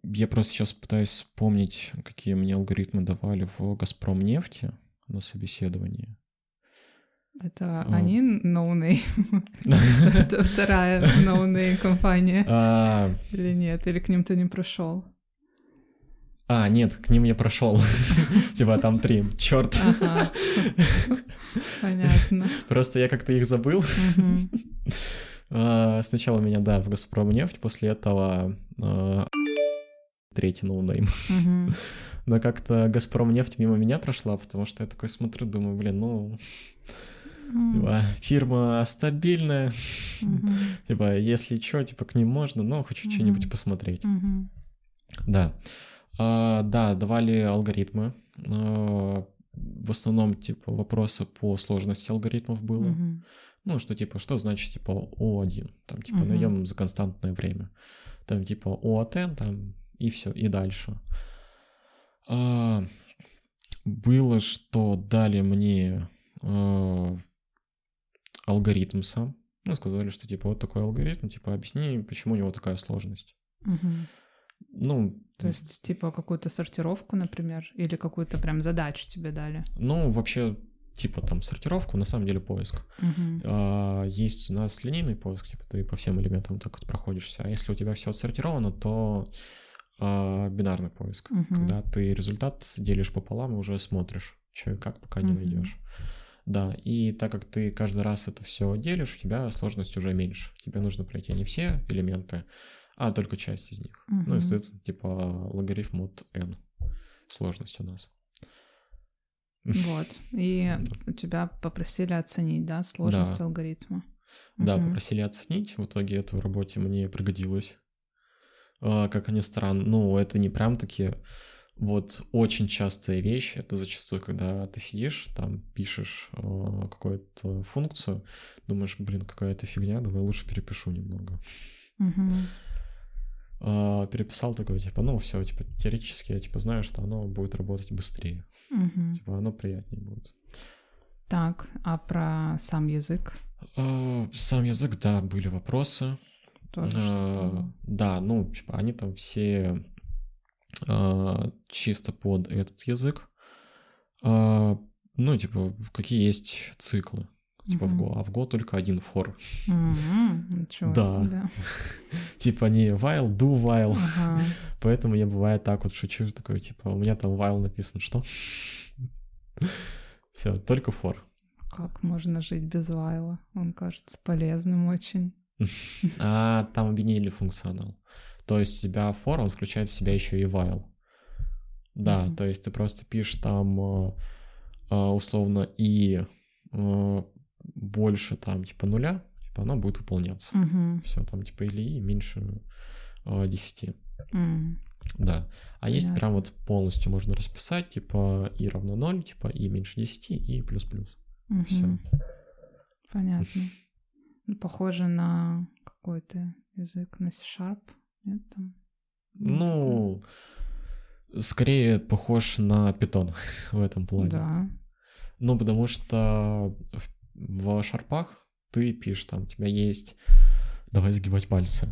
S1: Я просто сейчас пытаюсь вспомнить, какие мне алгоритмы давали в Газпром нефти на собеседовании.
S2: Это
S1: Э.
S2: они ноуней? Это вторая ноуней компания
S1: А,
S2: или нет? Или к ним ты не пришел?
S1: а, нет, к ним я прошел. Типа там три. Черт.
S2: Ага. Понятно.
S1: Просто я как-то их забыл.
S2: Мгм.
S1: А, Сначала меня, да, в Газпром нефть, после этого а, третий ноунейм.
S2: Мгм.
S1: Но как-то Газпром нефть мимо меня прошла, потому что я такой смотрю, думаю, блин, ну,
S2: Мгм.
S1: типа, фирма стабильная,
S2: Мгм.
S1: типа, если чё, типа, к ним можно, но хочу
S2: Мгм.
S1: что-нибудь посмотреть.
S2: Мгм.
S1: Да. А, да, давали алгоритмы. А, в основном, типа, вопросы по сложности алгоритмов было.
S2: Мгм.
S1: Ну, что типа, что значит типа O1? Там типа
S2: Мгм.
S1: наем за константное время. Там типа OAT, там и все, и дальше. А, было, что дали мне э, алгоритм сам. Ну, сказали, что типа вот такой алгоритм, типа объясни, почему у него такая сложность.
S2: Мгм.
S1: Ну,
S2: То есть, типа, какую-то сортировку, например, или какую-то прям задачу тебе дали.
S1: ну, вообще, типа там сортировку, на самом деле поиск.
S2: Мгм.
S1: А, Есть у нас линейный поиск, типа ты по всем элементам так вот проходишься. А если у тебя все отсортировано, то а, бинарный поиск.
S2: Мгм.
S1: Когда ты результат делишь пополам и уже смотришь, что и как, пока не
S2: Мгм.
S1: найдешь. Да, и так как ты каждый раз это все делишь, у тебя сложность уже меньше. Тебе нужно пройти не все элементы, а только часть из них. Ну и,
S2: Мгм.
S1: соответственно, типа логарифм от n. Сложность у нас.
S2: Вот. И тебя попросили оценить, да, сложность
S1: Да.
S2: алгоритма.
S1: Да,
S2: Мгм.
S1: попросили оценить. В итоге это в работе мне пригодилось. А, Как ни странно, ну, это не прям таки вот очень частая вещь. Это зачастую, когда ты сидишь, там пишешь а, какую-то функцию, думаешь, блин, какая-то фигня, давай лучше перепишу немного.
S2: Мгм.
S1: А, Переписал такой, типа, ну все, типа, теоретически я типа знаю, что оно будет работать быстрее.
S2: Мгм.
S1: Типа, оно приятнее будет.
S2: Так, а про сам язык
S1: А, Сам язык, да, были вопросы.
S2: тоже
S1: А,
S2: что-то было?
S1: Да, ну, типа, они там все а, чисто под этот язык. А, Ну, типа, какие есть циклы? Типа в
S2: Мгм.
S1: Go, а в Go только один for.
S2: Мгм. Ничего
S1: Да.
S2: себе.
S1: Типа не while, do while.
S2: Ага.
S1: Поэтому я бывает так вот шучу, такой, типа, у меня там while написано, что? Все, только for.
S2: Как можно жить без Вайла? Он кажется полезным очень.
S1: А там объединили функционал. То есть у тебя фор, он включает в себя еще и while. Да,
S2: Мгм.
S1: то есть ты просто пишешь там э, э, условно и э, больше там типа нуля, типа оно будет выполняться.
S2: Мгм.
S1: Все там типа или и меньше э, 10.
S2: М.
S1: Да. А есть
S2: Понятно.
S1: прям вот полностью можно расписать, типа и равно 0, типа и меньше 10, и плюс-плюс.
S2: Мгм.
S1: Всё.
S2: Понятно. Ну, Похоже на какой-то язык, на C-Sharp. Нет, там?
S1: Ну, скорее похож на питон в этом плане.
S2: Да.
S1: Ну, потому что в, в шарпах ты пишешь, там у тебя есть... Давай сгибать пальцы.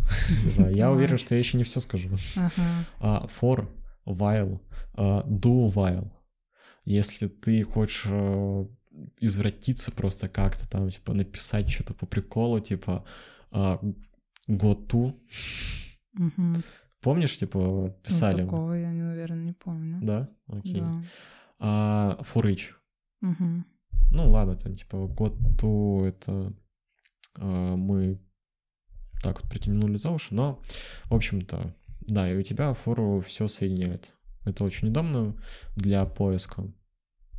S1: Не знаю, Я
S2: Давай.
S1: уверен, что я еще не все скажу.
S2: Ага.
S1: А, For, while, а, do while. Если ты хочешь э, извратиться просто как-то там, типа, написать что-то по приколу, типа, а, go to.
S2: Мгм. Ну,
S1: Помнишь, типа, писали?
S2: такого я, наверное, не помню.
S1: Да? Окей.
S2: Да.
S1: А, for each.
S2: Мгм.
S1: Ну ладно, там типа год то это э, мы так вот притянули за уши, но в общем-то, да, и у тебя фору все соединяет. Это очень удобно для поиска.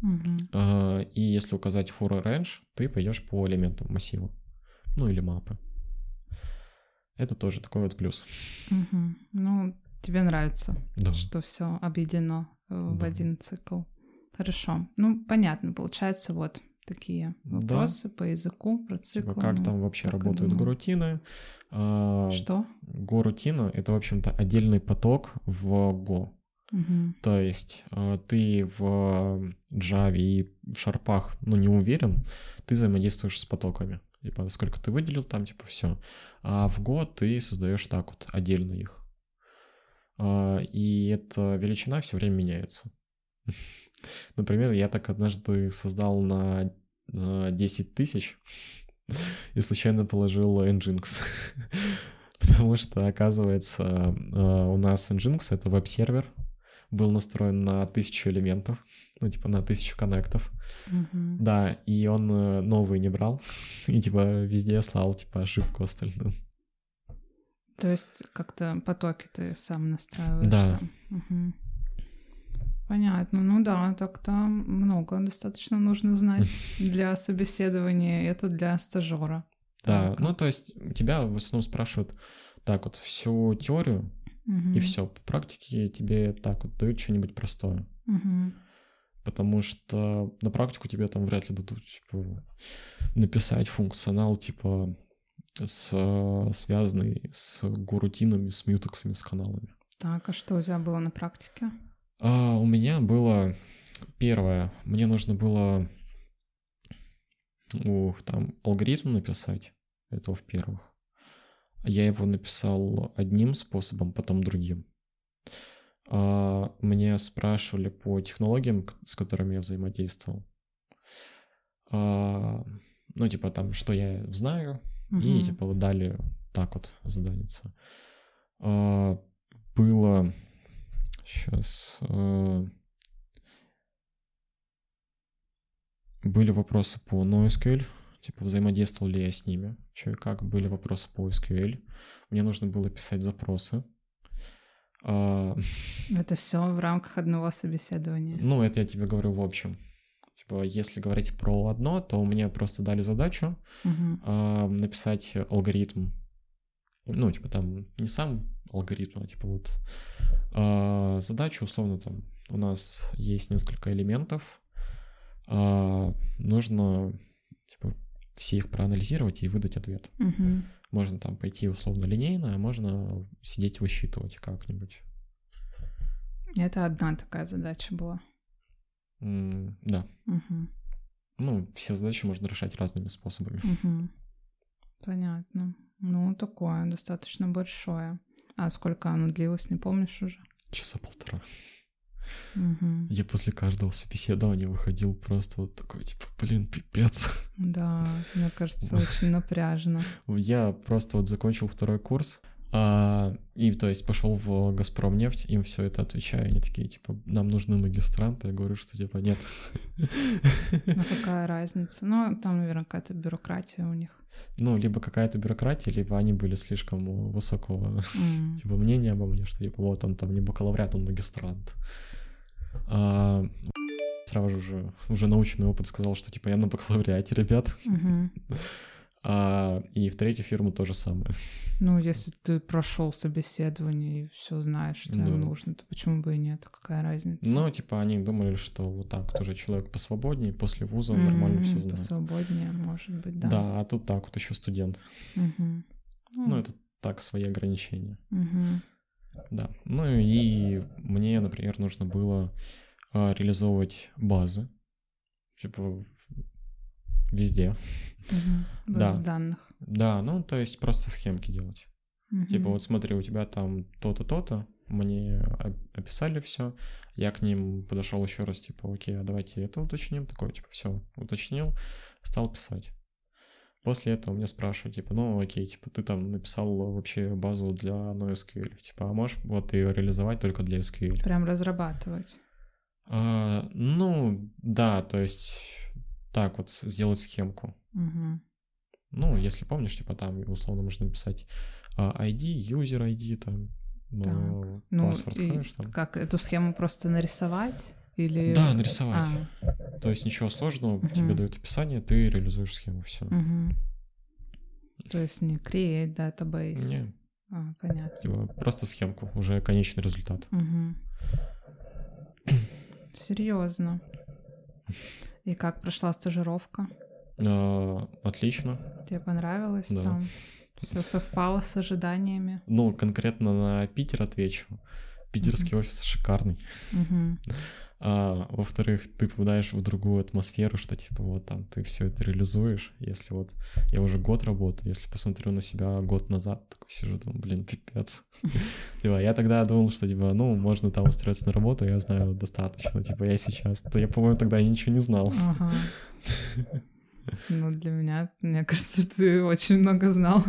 S2: Мгм.
S1: А, И если указать фору range, ты пойдешь по элементам массива. Ну или мапы. Это тоже такой вот плюс.
S2: Мгм. Ну, тебе нравится,
S1: Да.
S2: что все объединено э, в
S1: Да.
S2: один цикл. Хорошо. Ну, понятно, получается, вот такие
S1: Да.
S2: вопросы по языку, про
S1: Типа,
S2: циклы.
S1: как
S2: Ну,
S1: там вообще
S2: так и
S1: работают
S2: думала.
S1: горутины? А,
S2: Что?
S1: Горутина — это, в общем-то, отдельный поток в Go.
S2: Мгм.
S1: То есть э, ты в э, Java и в шарпах, ну, не уверен, ты взаимодействуешь с потоками. Типа, сколько ты выделил там, типа, все. А в Go ты создаешь так вот, отдельно их. А, И эта величина все время меняется. Например, я так однажды создал на э, 10 тысяч и случайно положил Nginx. Потому что, оказывается, э, у нас Nginx — это веб-сервер, был настроен на тысячу элементов, ну, типа на тысячу коннектов.
S2: Мгм.
S1: Да, и он э, новые не брал, и, типа, везде слал, типа, ошибку остальным.
S2: То есть как-то потоки ты сам настраиваешь
S1: Да.
S2: там. Мгм. Понятно. Ну да, так-то много достаточно нужно знать для собеседования. Это для стажера.
S1: Да,
S2: Так.
S1: ну, то есть у тебя в основном спрашивают так вот всю теорию, и
S2: Мгм.
S1: все. По практике тебе так вот дают что-нибудь простое.
S2: Мгм.
S1: Потому что на практику тебе там вряд ли дадут, типа, написать функционал, типа, с, э, связанный с гурутинами, с мьютексами, с каналами.
S2: Так, а что у тебя было на практике?
S1: А, у меня было первое. Мне нужно было ух, там алгоритм написать. Это в-первых. Я его написал одним способом, потом другим. А, Меня спрашивали по технологиям, к- с которыми я взаимодействовал. А, Ну, типа там, что я знаю, и
S2: Мгм.
S1: типа вот дали так вот заданица. А, было э, сейчас были вопросы по NoSQL, типа взаимодействовал ли я с ними, что и как. Были вопросы по SQL. Мне нужно было писать запросы. А,
S2: Это все в рамках одного собеседования.
S1: ну, это я тебе говорю в общем. Типа, если говорить про одно, то мне просто дали задачу,
S2: Мгм.
S1: а, написать алгоритм. Ну, типа там не сам алгоритм, а типа вот а, задача условно там у нас есть несколько элементов, а, нужно типа все их проанализировать и выдать ответ.
S2: Мгм.
S1: Можно там пойти условно линейно, а можно сидеть высчитывать как-нибудь.
S2: Это одна такая задача была.
S1: М, да.
S2: Мгм.
S1: Ну, все задачи можно решать разными способами.
S2: Мгм. Понятно. Ну, такое достаточно большое. А сколько оно длилось, не помнишь уже?
S1: Часа полтора.
S2: Мгм.
S1: Я после каждого собеседования выходил просто вот такой, типа, блин, пипец.
S2: Да, мне кажется, очень напряжно.
S1: Я просто вот закончил второй курс, А, и, то есть, пошел в Газпромнефть, им все это отвечаю, они такие, типа, нам нужны магистранты, я говорю, что, типа, нет.
S2: Ну какая разница? Ну, там, наверное, какая-то бюрократия у них.
S1: Ну, либо какая-то бюрократия, либо они были слишком э, высокого,
S2: М.
S1: типа, мнения обо мне, что, типа, вот он там не бакалавриат, он магистрант. А, сразу же, уже научный опыт сказал, что, типа, я на бакалавриате, ребят.
S2: Мгм.
S1: А, и в третью фирму то же самое.
S2: Ну, если ты прошел собеседование и все знаешь, что
S1: Да.
S2: им нужно, то почему бы и нет? Какая разница?
S1: Ну, типа, они думали, что вот так тоже человек посвободнее, после вуза он
S2: М,
S1: нормально все знает.
S2: Посвободнее, может быть, да.
S1: Да. а тут так вот еще студент.
S2: Мгм.
S1: Ну, это так, свои ограничения.
S2: мгм.
S1: Да. Ну и мне, например, нужно было а, реализовывать базы. Типа везде.
S2: Мгм.
S1: Да.
S2: Баз данных.
S1: Да, ну то есть просто схемки делать. Типа
S2: Мгм.
S1: вот смотри, у тебя там то-то, то-то, мне о- описали все, я к ним подошел еще раз, типа, окей, а давайте это уточним, такой, типа, все, уточнил, стал писать. После этого меня спрашивают, типа, ну окей, типа, ты там написал вообще базу для NoSQL, типа, а можешь вот ее реализовать только для SQL?
S2: Прям разрабатывать.
S1: А, ну, да, то есть так вот сделать схемку.
S2: Мгм.
S1: Ну, если помнишь, типа там условно можно написать а, ID, user ID, там,
S2: Так.
S1: ну,
S2: Ну,
S1: password
S2: и
S1: хэш, там.
S2: как эту схему просто нарисовать? Или...
S1: Да, нарисовать.
S2: А,
S1: То есть ничего сложного,
S2: Мгм.
S1: тебе дают описание, ты реализуешь схему, все.
S2: мгм. То есть не create database.
S1: Не,
S2: А, понятно.
S1: типа, просто схемку, уже конечный результат.
S2: Серьезно. И как прошла стажировка?
S1: А, отлично.
S2: Тебе понравилось
S1: Да.
S2: там? Все совпало с ожиданиями.
S1: Ну, конкретно на Питер отвечу. Питерский офис шикарный.
S2: Мгм.
S1: А, во-вторых, ты попадаешь в другую атмосферу, что типа вот там ты все это реализуешь. Если вот я уже год работаю, если посмотрю на себя год назад, такой сижу, думаю, блин, пипец. Типа, я тогда думал, что типа, ну, можно там устроиться на работу, я знаю достаточно, типа, я сейчас. То я, по-моему, тогда ничего не знал.
S2: Ага. Ну, для меня, мне кажется, ты очень много знал.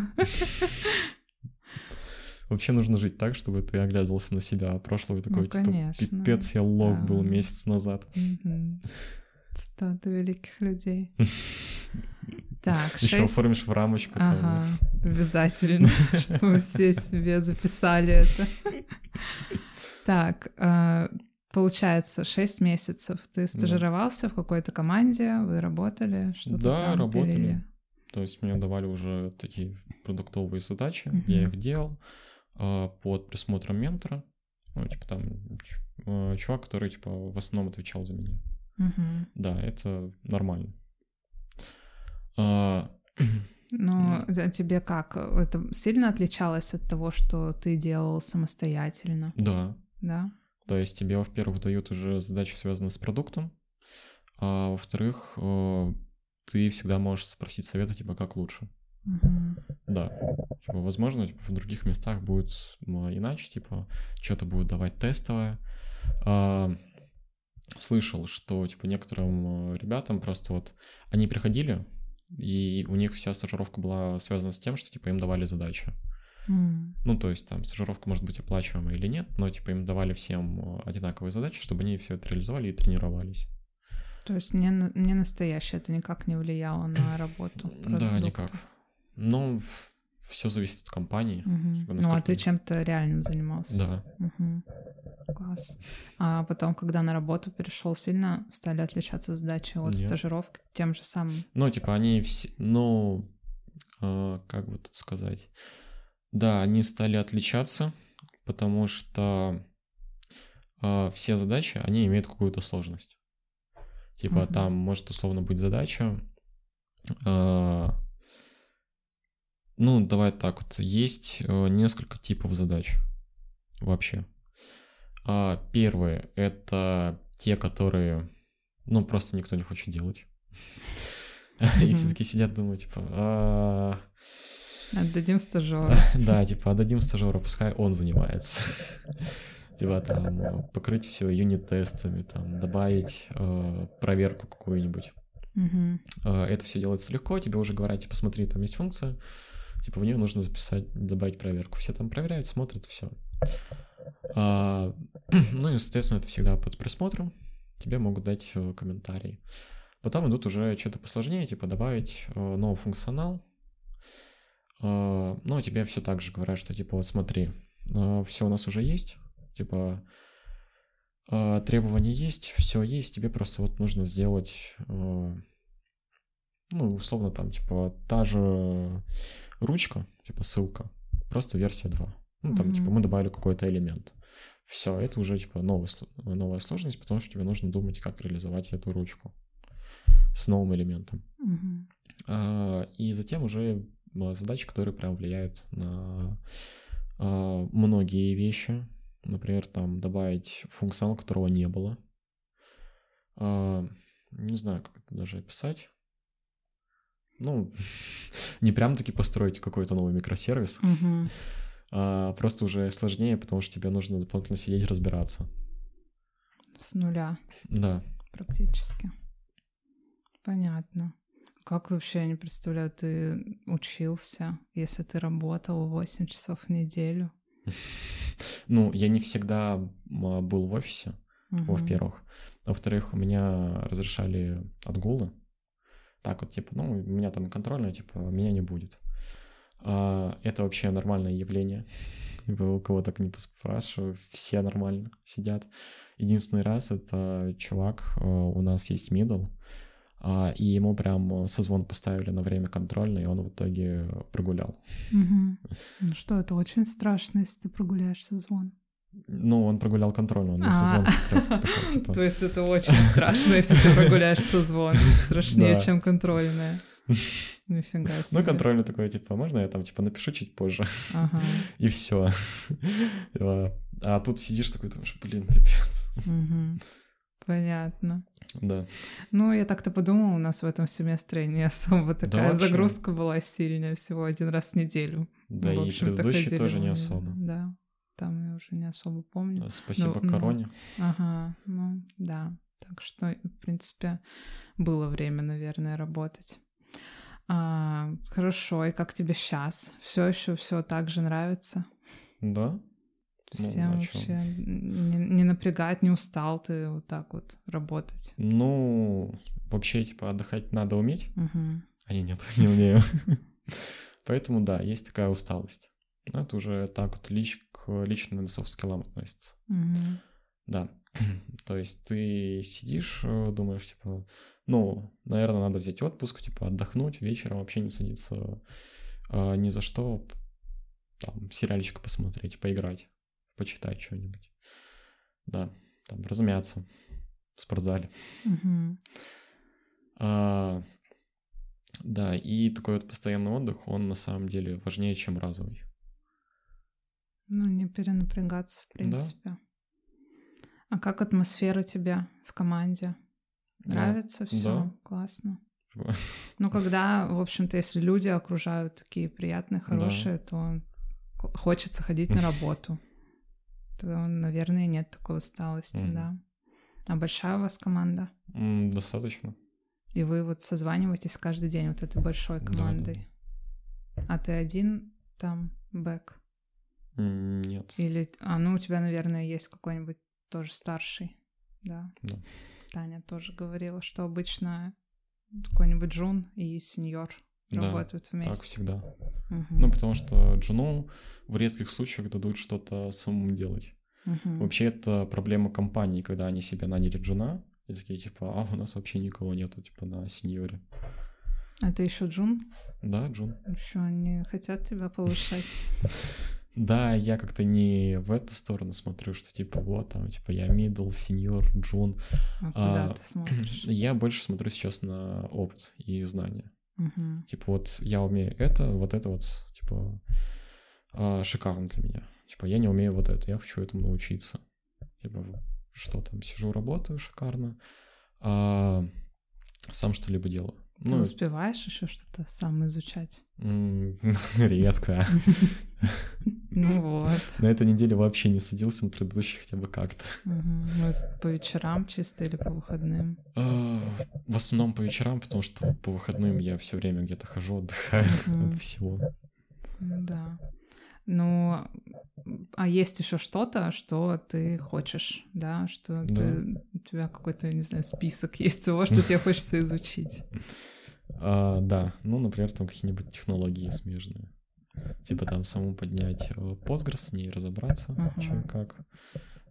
S1: Вообще нужно жить так, чтобы ты оглядывался на себя а прошлого и такой,
S2: Ну,
S1: типа,
S2: конечно.
S1: пипец, я лох был
S2: Да.
S1: месяц назад.
S2: Мгм. Цитаты великих людей. Так,
S1: Еще
S2: шесть.
S1: оформишь в рамочку. там.
S2: Ага, обязательно, чтобы все себе записали это. Так, э, получается, шесть месяцев ты стажировался в какой-то команде, вы работали, что-то
S1: Да,
S2: там
S1: работали.
S2: пилили.
S1: То есть мне давали уже такие продуктовые задачи,
S2: Мгм.
S1: я их делал а, под присмотром ментора. Ну, типа там ч- а, чувак, который типа в основном отвечал за меня.
S2: Мгм.
S1: Да, это нормально. А,
S2: Ну, а тебе как? Это сильно отличалось от того, что ты делал самостоятельно,
S1: да.
S2: да?
S1: То есть тебе, во-первых, дают уже задачи, связанные с продуктом, а во-вторых, э, ты всегда можешь спросить совета, типа, как лучше.
S2: Мгм.
S1: Да. Типа, возможно, типа, в других местах будет ну, иначе, типа, что-то будет давать тестовое. А, слышал, что, типа, некоторым э, ребятам просто вот они приходили, и у них вся стажировка была связана с тем, что, типа, им давали задачи.
S2: М.
S1: Ну, то есть, там, стажировка может быть оплачиваемая или нет, но, типа, им давали всем э, одинаковые задачи, чтобы они все это реализовали и тренировались.
S2: То есть не, на- не настоящее, это никак не влияло на работу
S1: Да,
S2: продукта.
S1: никак. Ну, все зависит от компании.
S2: Мгм.
S1: Вы
S2: Ну, а
S1: Типа, насколько-
S2: ты чем-то реальным занимался?
S1: Да.
S2: Мгм. Класс. А потом, когда на работу перешел, сильно стали отличаться задачи от
S1: Нет.
S2: стажировки тем же самым.
S1: Ну, типа, они все, ну, э, как бы тут сказать, да, они стали отличаться, потому что э, все задачи, они имеют какую-то сложность. Типа,
S2: Мгм.
S1: там может условно быть задача, э, ну, давай так вот, есть э, несколько типов задач вообще. А, первые — это те, которые, ну, просто никто не хочет делать. И все
S2: Мгм.
S1: таки сидят, думают, типа, «А,
S2: Отдадим стажера.
S1: да, типа, отдадим стажера, пускай он занимается. Типа там э, покрыть все юнит-тестами, там добавить э, проверку какую-нибудь.
S2: Мгм.
S1: Э, Это все делается легко, тебе уже говорят, типа, смотри, там есть функция, Типа в нее нужно записать, добавить проверку. Все там проверяют, смотрят, все. ну и, соответственно, это всегда под присмотром. Тебе могут дать э, комментарии. Потом идут уже что-то посложнее, типа добавить э, новый функционал. Э, но тебе все так же говорят, что типа вот смотри, все у нас уже есть, типа э, требования есть, все есть, тебе просто вот нужно сделать, э, ну, условно там, типа, та же ручка, типа ссылка, просто версия 2. Ну, там,
S2: Мгм.
S1: типа, мы добавили какой-то элемент. Все, это уже, типа, новый, сло- новая сложность, потому что тебе нужно думать, как реализовать эту ручку с новым элементом.
S3: Мгм.
S1: А, И затем уже м, задачи, которые прям влияют на а, многие вещи. Например, там добавить функционал, которого не было. А, Не знаю, как это даже описать. Ну, не прям таки построить какой-то новый микросервис,
S3: Мгм.
S1: а просто уже сложнее, потому что тебе нужно дополнительно сидеть разбираться.
S2: С нуля.
S1: Да.
S2: практически. Понятно. Как вообще, я не представляю, ты учился, если ты работал 8 часов в неделю?
S1: Ну, я не всегда м, был в офисе,
S2: Мгм.
S1: во-первых. Во-вторых, у меня разрешали отгулы. Так вот, типа, ну, у меня там контрольная, типа, меня не будет. А, это вообще нормальное явление. Типа, у кого так не поспрашиваю, все нормально сидят. Единственный раз это чувак, э, у нас есть мидл, а, и ему прям э, созвон поставили на время контрольной, и он в итоге прогулял.
S2: Мгм. Ну что, это очень страшно, если ты прогуляешь созвон.
S1: Ну, он прогулял контрольную, он на
S2: А.
S1: созвон как раз пошел, типа.
S2: То есть это очень страшно, если ты прогуляешь созвон. Страшнее,
S1: Да.
S2: чем контрольная. Нифига себе.
S1: Ну, контрольный такой, типа, можно я там, типа, напишу чуть позже?
S2: Ага.
S1: и все. А тут сидишь такой, думаешь, блин, пипец.
S2: Мгм. Понятно.
S1: Да.
S2: Ну, я так-то подумала, у нас в этом семестре не особо такая
S1: вообще.
S2: загрузка была сильная, всего один раз в неделю.
S1: Да
S2: Ну, в
S1: и
S2: общем-то,
S1: предыдущий
S2: ходили
S1: тоже не
S2: мы,
S1: особо.
S2: Да, там я уже не особо помню.
S1: Спасибо
S2: Ну, ну.
S1: Короне.
S2: Ага, ну да. Так что, в принципе, было время, наверное, работать. А, хорошо, и как тебе сейчас? Все еще все так же нравится?
S1: Да? Ну, а
S2: Всем
S1: чё?
S2: вообще не, не напрягает, не устал ты вот так вот работать?
S1: Ну, вообще, типа, отдыхать надо уметь.
S2: Мгм.
S1: А я нет, не умею. Поэтому, да, есть такая усталость. Но это уже так вот лич- к личным софт-скиллам относится.
S2: Мгм.
S1: Да. То есть ты сидишь, э, думаешь, типа, ну, наверное, надо взять отпуск, типа, отдохнуть, вечером вообще не садиться э, ни за что, п- там, сериальчик посмотреть, поиграть, почитать что-нибудь. Да, там, размяться в спортзале.
S2: Мгм.
S1: А, да, и такой вот постоянный отдых, он на самом деле важнее, чем разовый.
S2: Ну, не перенапрягаться, в
S1: Да.
S2: принципе. А как атмосфера тебя в команде?
S1: Да.
S2: Нравится все,
S1: Да.
S2: классно.
S1: Типа,
S2: Ну, когда, в общем-то, если люди окружают такие приятные, хорошие, то к- хочется ходить на работу. То, наверное, нет такой усталости,
S1: Мгм.
S2: да. А большая у вас команда?
S1: м, Достаточно.
S2: И вы вот созваниваетесь каждый день вот этой большой
S1: Да, да.
S2: командой. А ты один там бэк?
S1: М, Нет.
S2: Или, а ну, у тебя, наверное, есть какой-нибудь тоже старший, да.
S1: Да.
S2: Таня тоже говорила, что обычно какой-нибудь джун и сеньор
S1: Да,
S2: работают
S1: Так
S2: вместе.
S1: всегда.
S2: Мгм.
S1: Ну, потому что Джуну в редких случаях дадут что-то самому делать.
S2: Мгм.
S1: Вообще, это проблема компании, когда они себе наняли Джуна, и такие, типа, а у нас вообще никого нету, типа, на сеньоре.
S2: А ты еще джун?
S1: Да, Джун.
S2: Еще не хотят тебя повышать.
S1: Да, я как-то не в эту сторону смотрю, что, типа, вот, там, типа, я мидл, сеньор, Джун.
S2: А куда
S1: А,
S2: ты смотришь?
S1: Я больше смотрю сейчас на опыт и знания.
S2: Мгм.
S1: Типа, вот, я умею это, вот это вот, типа, а, шикарно для меня. Типа, я не умею вот это, я хочу этому научиться. Типа, что там, сижу, работаю шикарно, а сам что-либо делаю.
S2: Ты
S1: Ну,
S2: успеваешь еще что-то сам изучать?
S1: м, редко.
S2: Ну вот.
S1: На этой неделе вообще не садился, на предыдущей хотя бы как-то.
S2: Мгм. Ну, это по вечерам чисто или по выходным?
S1: А, В основном по вечерам, потому что по выходным я все время где-то хожу, отдыхаю
S2: Мгм.
S1: от всего.
S2: Ну да. Ну, а есть еще что-то, что ты хочешь, да, что
S1: Да.
S2: ты- у тебя какой-то, не знаю, список есть того, что тебе хочется изучить.
S1: А, да, ну, например, там какие-нибудь технологии смежные. Типа там саму поднять э, Postgres, с ней разобраться,
S2: Ага.
S1: чё и как.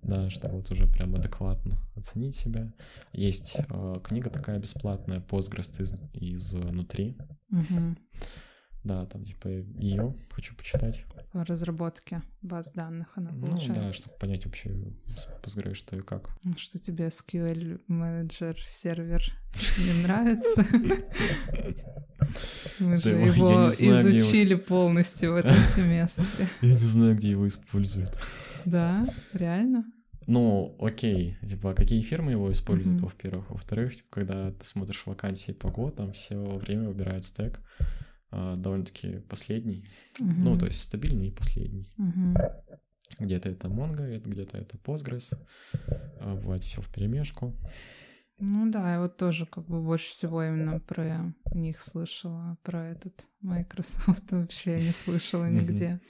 S1: Да, чтобы вот уже прям адекватно оценить себя. Есть э, книга такая бесплатная, Postgres из, изнутри.
S2: Мгм.
S1: Да, там типа ее хочу почитать.
S2: По разработке баз данных она
S1: Ну да,
S2: получается.
S1: чтобы понять вообще с Postgres, что и как.
S2: Что тебе SQL менеджер сервер не нравится? Мы же
S1: Да его- я
S2: его
S1: не знаю, где его-
S2: изучили полностью в этом семестре.
S1: Я не знаю, где его используют.
S2: Да, реально.
S1: Ну, окей, типа, какие фирмы его используют,
S2: Мгм.
S1: во-первых. Во-вторых, типа, когда ты смотришь вакансии по год, там все время выбирают стек а, довольно-таки последний. Ну,
S2: Мгм.
S1: то есть стабильный и последний.
S2: Мгм.
S1: Где-то это Mongo, это- где-то это Postgres. А, бывает все в перемешку.
S2: Ну да, я вот тоже как бы больше всего именно про них слышала, про этот Microsoft вообще не слышала
S1: Мгм.
S2: нигде.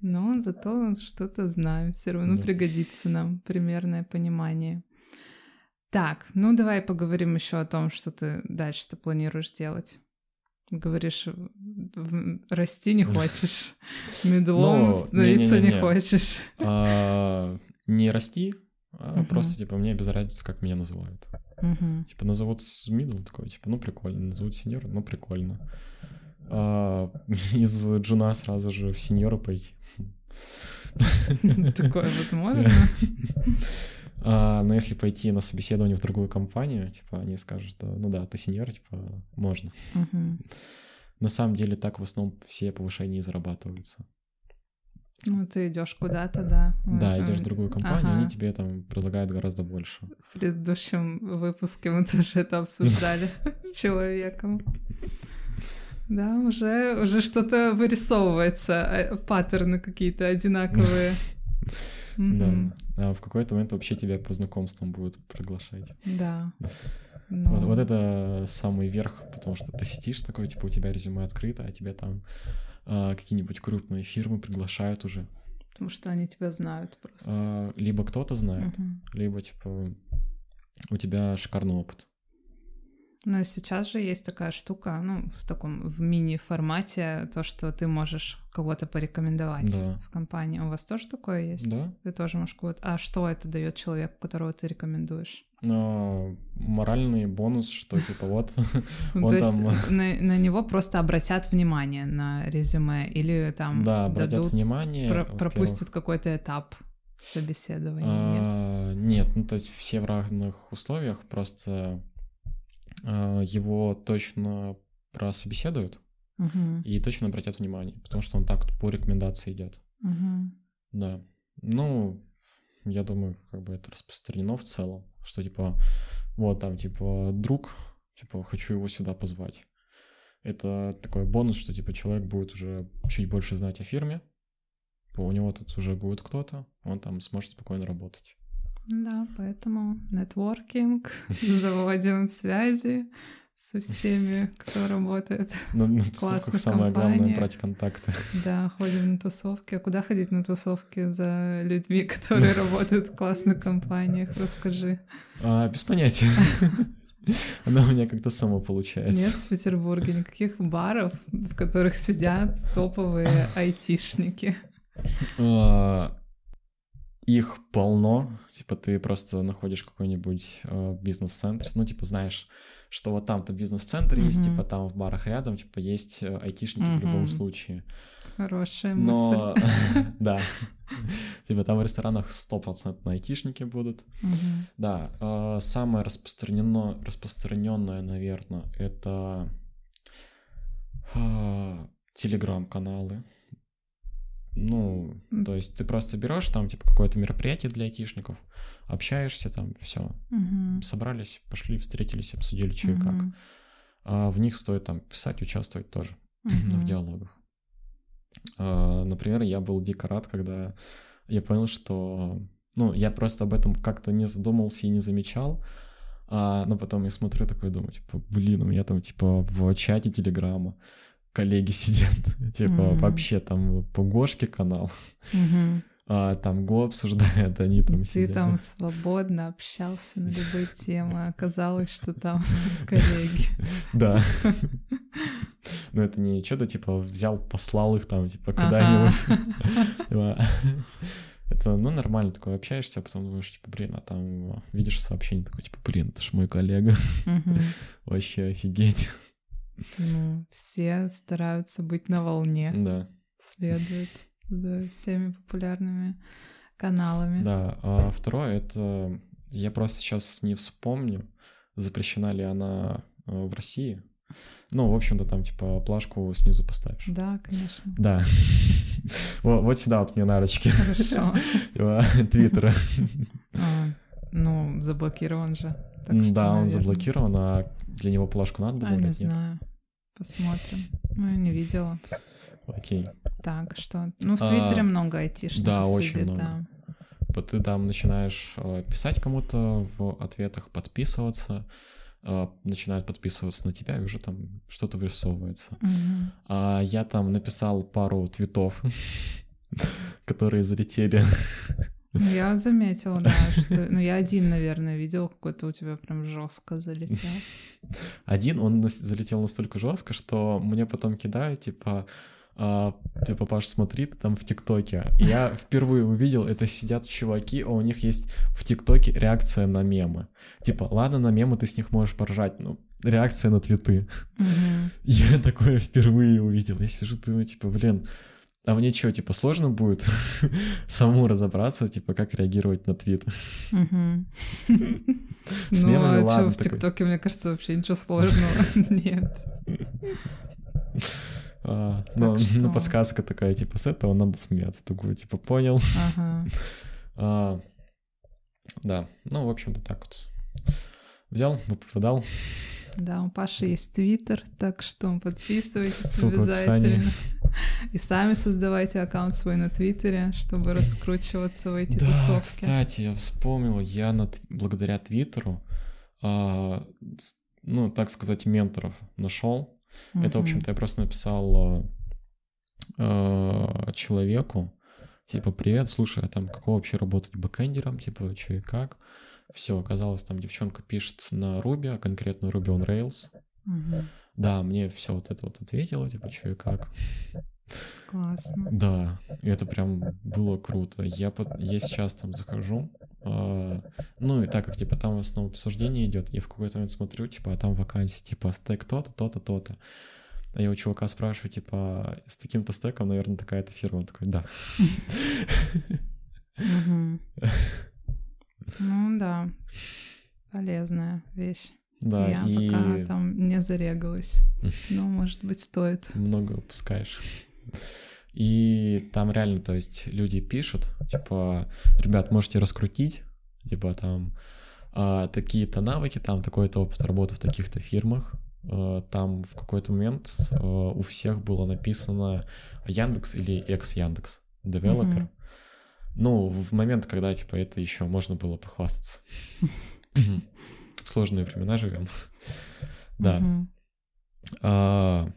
S2: Но зато что-то знаем, все равно
S1: Да.
S2: пригодится нам примерное понимание. Так, ну давай поговорим еще о том, что ты дальше ты планируешь делать. Говоришь, в- в- расти не хочешь, медлом
S1: Ну,
S2: становиться не
S1: не-не-не-не.
S2: хочешь.
S1: А, не расти, а
S2: Мгм.
S1: просто, типа, мне без разницы, как меня называют.
S2: Мгм.
S1: Типа назовут с middle такой, типа, ну прикольно, назовут сеньор, ну прикольно. А, из джуна сразу же в сеньора пойти.
S2: Такое возможно?
S1: А, но если пойти на собеседование в другую компанию, типа, они скажут, что, ну да, ты сеньор, типа, можно.
S2: Мгм.
S1: На самом деле так в основном все повышения и зарабатываются.
S2: Ну, ты идешь куда-то, да.
S1: Да,
S2: Вот,
S1: идешь в
S2: э,
S1: другую компанию,
S2: ага.
S1: они тебе там предлагают гораздо больше.
S2: В предыдущем выпуске мы тоже это обсуждали с человеком. Да, уже, уже что-то вырисовывается, э, паттерны какие-то одинаковые. Мгм.
S1: Да. А в какой-то момент вообще тебя по знакомствам будут приглашать.
S2: Да.
S1: Вот,
S2: Ну,
S1: вот это самый верх, потому что ты сидишь такой, типа, у тебя резюме открыто, а тебя там а, какие-нибудь крупные фирмы приглашают уже.
S2: Потому что они тебя знают просто.
S1: А, либо кто-то знает,
S2: Мгм.
S1: либо, типа, у тебя шикарный опыт.
S2: Ну и сейчас же есть такая штука, ну, в таком в мини-формате, то, что ты можешь кого-то порекомендовать
S1: Да.
S2: в компании. У вас тоже такое есть?
S1: Да?
S2: Ты тоже можешь кого-то... А что это дает человеку, которого ты рекомендуешь?
S1: А, моральный бонус, что, типа, вот,
S2: Ну,
S1: Он
S2: то есть
S1: там-
S2: на, на него просто обратят внимание на резюме или там
S1: да, обратят
S2: дадут,
S1: внимание.
S2: про-
S1: во-первых.
S2: пропустят какой-то этап собеседования. Нет.
S1: А, Нет, ну то есть все в равных условиях, просто а, его точно прособеседуют,
S2: Мгм.
S1: и точно обратят внимание, потому что он так по рекомендации идет.
S2: Мгм.
S1: Да. Ну, я думаю, как бы это распространено в целом, что типа вот там типа друг, типа хочу его сюда позвать. Это такой бонус, что типа человек будет уже чуть больше знать о фирме, типа, у него тут уже будет кто-то, он там сможет спокойно работать.
S2: Да, поэтому нетворкинг, заводим связи со всеми, кто работает.
S1: Но на
S2: Классных
S1: тусовках Ну, самое главное
S2: компаниях.
S1: брать контакты.
S2: Да, ходим на тусовки. А куда ходить на тусовки за людьми, которые работают в классных компаниях? Расскажи.
S1: А, без понятия. Она у меня как-то само получается.
S2: Нет в Петербурге никаких баров, в которых сидят топовые айтишники.
S1: А, Их полно. Типа ты просто находишь какой-нибудь э, бизнес-центр. Ну, типа знаешь, что вот там-то бизнес-центр есть,
S2: Мгм.
S1: типа там в барах рядом, типа есть э, айтишники в
S2: Мгм.
S1: любом случае.
S2: Хорошая
S1: Но...
S2: мысль.
S1: Да. Типа там в ресторанах 100% айтишники будут.
S2: Мгм.
S1: Да, э, самое распространено, распространенное, наверное, это а, телеграм-каналы. Ну,
S2: М.
S1: то есть ты просто берешь там, типа, какое-то мероприятие для айтишников, общаешься там, все,
S2: Мгм.
S1: собрались, пошли, встретились, обсудили, что и как.
S2: Мгм.
S1: А в них стоит там писать, участвовать тоже Ну, в
S2: Мгм.
S1: диалогах. А, Например, я был дико рад, когда я понял, что... Ну, я просто об этом как-то не задумался и не замечал, а, но потом я смотрю такой, думаю, типа, блин, у меня там, типа, в чате Телеграма коллеги сидят, типа
S2: Мгм.
S1: вообще там по Гошке канал,
S2: Мгм.
S1: а там Го обсуждает, они там
S2: Ты
S1: сидят.
S2: там свободно общался на любые темы, а оказалось, что там коллеги.
S1: Да. Но это не что-то типа взял, послал их там, типа
S2: Ага.
S1: куда-нибудь. Типа, Это, ну, нормально такое, общаешься, а потом думаешь, типа, блин, а там э, видишь сообщение такое, типа, блин, это ж мой коллега,
S2: Мгм.
S1: вообще офигеть.
S2: Ну, все стараются быть на волне.
S1: Да,
S2: следует за всеми популярными каналами.
S1: да. А второе, это я просто сейчас не вспомню, запрещена ли она э, в России. Ну, в общем-то, там, типа, плашку снизу поставишь.
S2: Да, конечно.
S1: Да. Во- Вот сюда вот мне нарочки
S2: Хорошо.
S1: Твиттера.
S2: А, Ну, заблокирован же. так
S1: М,
S2: что,
S1: Да, он
S2: наверное.
S1: заблокирован, а для него плашку надо
S2: А, не
S1: добавлять? Нет.
S2: знаю. Посмотрим. Ну, я не видела.
S1: Окей.
S2: Так, что... Ну, в
S1: А,
S2: Твиттере много айтишников
S1: да, очень
S2: сидит,
S1: много.
S2: да.
S1: Вот ты там начинаешь э, писать кому-то в ответах, подписываться, э, начинают подписываться на тебя, и уже там что-то вырисовывается.
S2: Мгм.
S1: А я там написал пару твитов, которые залетели.
S2: Ну, Я заметила, да, что... Ну, я один, наверное, видел, какой-то у тебя прям жестко залетел.
S1: Один, он нас- залетел настолько жестко, что мне потом кидают, типа, а, типа, Паш, смотри, ты там в ТикТоке. И Я впервые увидел, это сидят чуваки, а у них есть в ТикТоке реакция на мемы. Типа, ладно, на мемы ты с них можешь поржать, но реакция на твиты.
S2: Мгм.
S1: Я такое впервые увидел. Я сижу, думаю, типа, блин, а мне что, типа, сложно будет самому разобраться, типа, как реагировать на твит?
S2: Мгм.
S1: С
S2: Ну,
S1: мемами
S2: а что,
S1: ладно
S2: в
S1: такой.
S2: ТикТоке, мне кажется, вообще ничего сложного нет.
S1: А,
S2: Так
S1: но,
S2: что-
S1: ну, подсказка такая, типа, с этого надо смеяться. Такой, типа, понял.
S2: Ага.
S1: А, да, ну, в общем-то, так вот. Взял, выпадал.
S2: Да, у Паши есть Твиттер, так что подписывайтесь
S1: Ссылка в описании.
S2: обязательно. И сами создавайте аккаунт свой на Твиттере, чтобы раскручиваться в эти
S1: Да,
S2: тусовки.
S1: кстати, я вспомнил, я на Тв- благодаря Твиттеру, а, с- ну, так сказать, менторов нашел. Это, в
S2: Мгм.
S1: общем-то, я просто написал а, а, человеку, типа, привет, слушай, а там какого вообще работать бэкэндером, типа, что и как. Все, оказалось, там девчонка пишет на Ruby, а конкретно Ruby on Rails.
S2: Мгм.
S1: Да, мне все вот это вот ответило, типа, что и как.
S2: Классно.
S1: Да, и это прям было круто. Я, пот- я сейчас там захожу, а, ну и так как, типа, там в основном обсуждение идет, я в какой-то момент смотрю, типа, а там вакансии, типа, стек то-то, то-то, то-то. А я у чувака спрашиваю, типа, с таким-то стеком, наверное, такая-то фирма. Он такой, да.
S3: Мгм.
S2: Ну да, полезная вещь.
S1: Да,
S2: Я
S1: и
S2: пока там не зарегалась. Но, может быть, стоит.
S1: много выпускаешь. И там реально, то есть, люди пишут, типа, ребят, можете раскрутить, типа, там, а, такие-то навыки, там, такой-то опыт работы в таких-то фирмах. А, Там в какой-то момент а, у всех было написано Яндекс или экс-Яндекс, девелопер.
S2: Мгм.
S1: Ну, в момент, когда, типа, это еще можно было похвастаться. В сложные времена живем. Да.
S2: Мгм.
S1: А,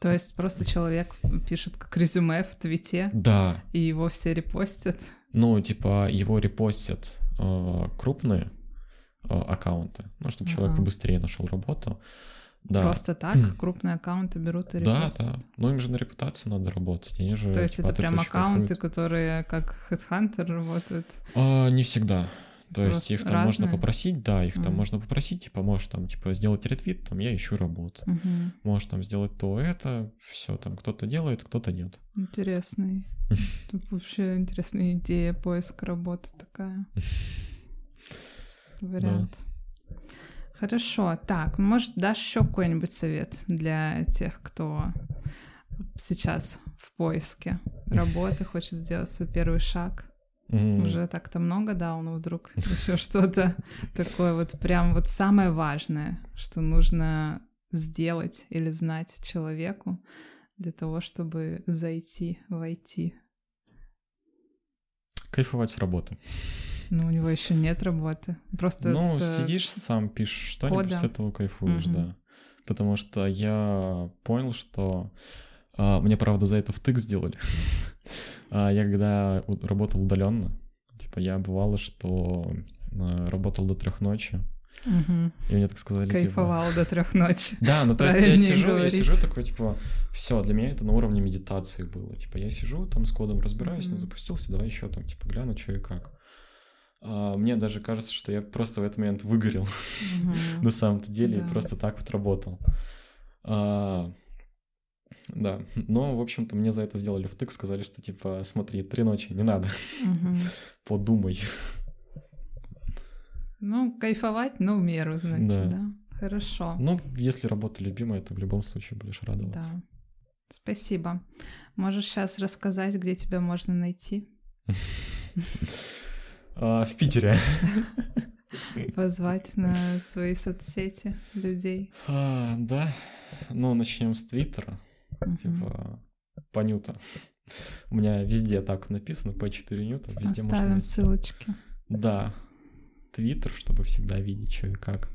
S2: То есть просто человек пишет как резюме в Твите,
S1: Да,
S2: и его все репостят.
S1: Ну, типа, его репостят э, крупные э, аккаунты, ну, чтобы человек
S2: Ага.
S1: побыстрее нашел работу. Да.
S2: Просто так крупные аккаунты берут и
S1: да,
S2: репостят.
S1: да. Ну, им же на репутацию надо работать. Они же,
S2: То есть
S1: типа,
S2: это
S1: от
S2: прям
S1: этого еще
S2: аккаунты,
S1: кайфуют.
S2: которые как Headhunter работают.
S1: А, не всегда. То есть
S2: Просто
S1: их там можно
S2: разные?
S1: попросить, да, их там
S2: Мгм.
S1: можно попросить, типа, можешь там, типа, сделать ретвит, там, я ищу работу. Можешь там сделать то, это, все, там, кто-то делает, кто-то нет.
S2: Интересный. Тут вообще интересная идея поиска работы такая. Вариант. Хорошо. Так, может, дашь еще какой-нибудь совет для тех, кто сейчас в поиске работы, хочет сделать свой первый шаг?
S1: М,
S2: Уже так-то много дал, но вдруг еще что-то такое вот прям вот самое важное, что нужно сделать или знать человеку для того, чтобы зайти, войти.
S1: Кайфовать с работы.
S2: Но Ну, у него еще нет работы. Просто
S1: ну,
S2: с, э,
S1: сидишь сам, пишешь что-нибудь,
S2: кода.
S1: с этого кайфуешь,
S2: Мгм.
S1: да. потому что я понял, что а, мне, правда, за это втык сделали. А Я когда у- работал удаленно, типа я бывало, что а, работал до трех ночи,
S2: Мгм.
S1: и мне так сказали, типа,
S2: Кайфовал до трех ночи.
S1: да, ну то есть я
S2: Правильнее
S1: сижу, я
S2: говорить.
S1: сижу такой, типа, все, для меня это на уровне медитации было. Типа, я сижу, там с кодом разбираюсь, не
S2: Мгм.
S1: запустился, давай еще там, типа, гляну, что и как. А, мне даже кажется, что я просто в этот момент выгорел на самом-то деле
S2: Да.
S1: и просто так вот работал. А, да, но, в общем-то, мне за это сделали втык, сказали, что, типа, смотри, три ночи, не надо,
S2: Мгм.
S1: подумай.
S2: Ну, кайфовать, но в меру, значит,
S1: Да.
S2: да. Хорошо.
S1: Ну, если работа любимая, то в любом случае будешь
S2: Да.
S1: радоваться.
S2: Спасибо. Можешь сейчас рассказать, где тебя можно найти?
S1: А, в Питере.
S2: Позвать на свои соцсети людей.
S1: А, да, ну, начнем с Твиттера.
S2: Мгм.
S1: типа понюта. У меня везде так написано, P4 Ньюта, везде можно...
S2: Оставим
S1: найти.
S2: ссылочки.
S1: Да, Твиттер, чтобы всегда видеть, что и как.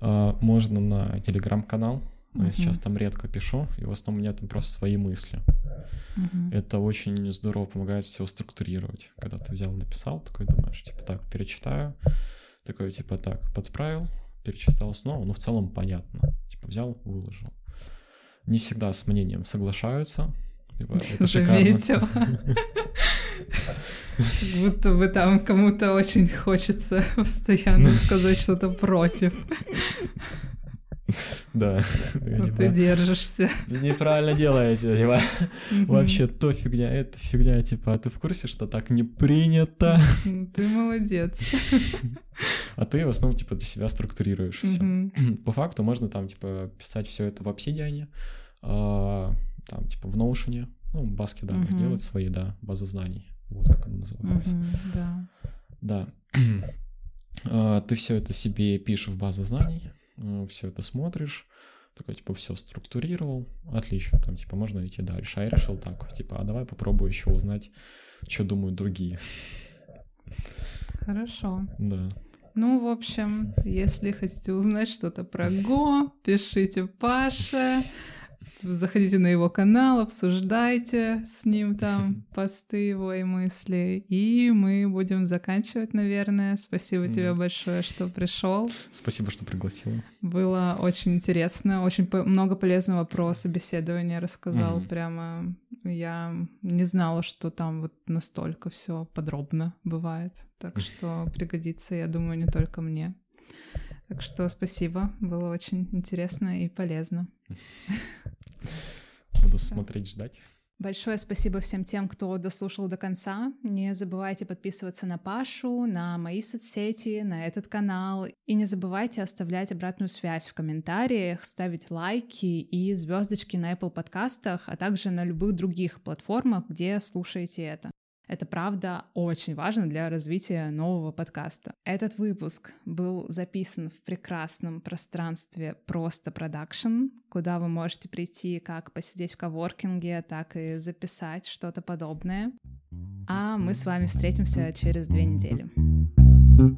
S1: А, Можно на Телеграм-канал, но я
S2: Мгм.
S1: сейчас там редко пишу, и в основном у меня там просто свои мысли.
S2: Мгм.
S1: Это очень здорово помогает все структурировать. Когда ты взял, написал, такой думаешь, типа так, перечитаю, такой типа так, подправил, перечитал снова, ну в целом понятно. Типа взял, выложил. Не всегда с мнением соглашаются. Типа, это шикарно.
S2: Заметила. Как будто бы там кому-то очень хочется
S1: Ну.
S2: постоянно сказать что-то против.
S1: Да.
S2: но ты держишься.
S1: Неправильно делаете, типа.
S2: Мгм.
S1: Вообще то фигня, это фигня, типа, а ты в курсе, что так не принято?
S2: Ну, Ты молодец.
S1: А ты в основном, типа, для себя структурируешь все.
S2: Мгм.
S1: по факту можно там, типа, писать все это в обсидиане, а, там, типа, в ноушене, ну, баски, да,
S2: Мгм.
S1: делать свои, да, базы знаний, вот как она называется.
S2: Мгм, Да.
S1: Да. А, Ты все это себе пишешь в базу знаний, все это смотришь, такой, типа, все структурировал, отлично, там, типа, можно идти дальше. А я решил так, типа, а давай попробую еще узнать, что думают другие.
S2: Хорошо.
S1: Да.
S2: Ну, в общем, если хотите узнать что-то про Го, пишите Паше, заходите на его канал, обсуждайте с ним там посты его и мысли. И мы будем заканчивать, наверное. Спасибо тебе
S1: Да.
S2: большое, что пришел.
S1: Спасибо, что пригласила.
S2: Было очень интересно, очень по- много полезного про собеседование рассказал.
S1: Мгм.
S2: Прямо я не знала, что там вот настолько все подробно бывает. Так что пригодится, я думаю, не только мне. Так что спасибо, было очень интересно и полезно.
S1: Буду
S2: Всё.
S1: смотреть, ждать.
S2: Большое спасибо всем тем, кто дослушал до конца. Не забывайте подписываться на Пашу, на мои соцсети, на этот канал. И не забывайте оставлять обратную связь в комментариях, ставить лайки и звездочки на Apple подкастах, а также на любых других платформах, где слушаете это. Это правда очень важно для развития нового подкаста. Этот выпуск был записан в прекрасном пространстве «Просто продакшн», куда вы можете прийти как посидеть в коворкинге, так и записать что-то подобное. А мы с вами встретимся через две недели.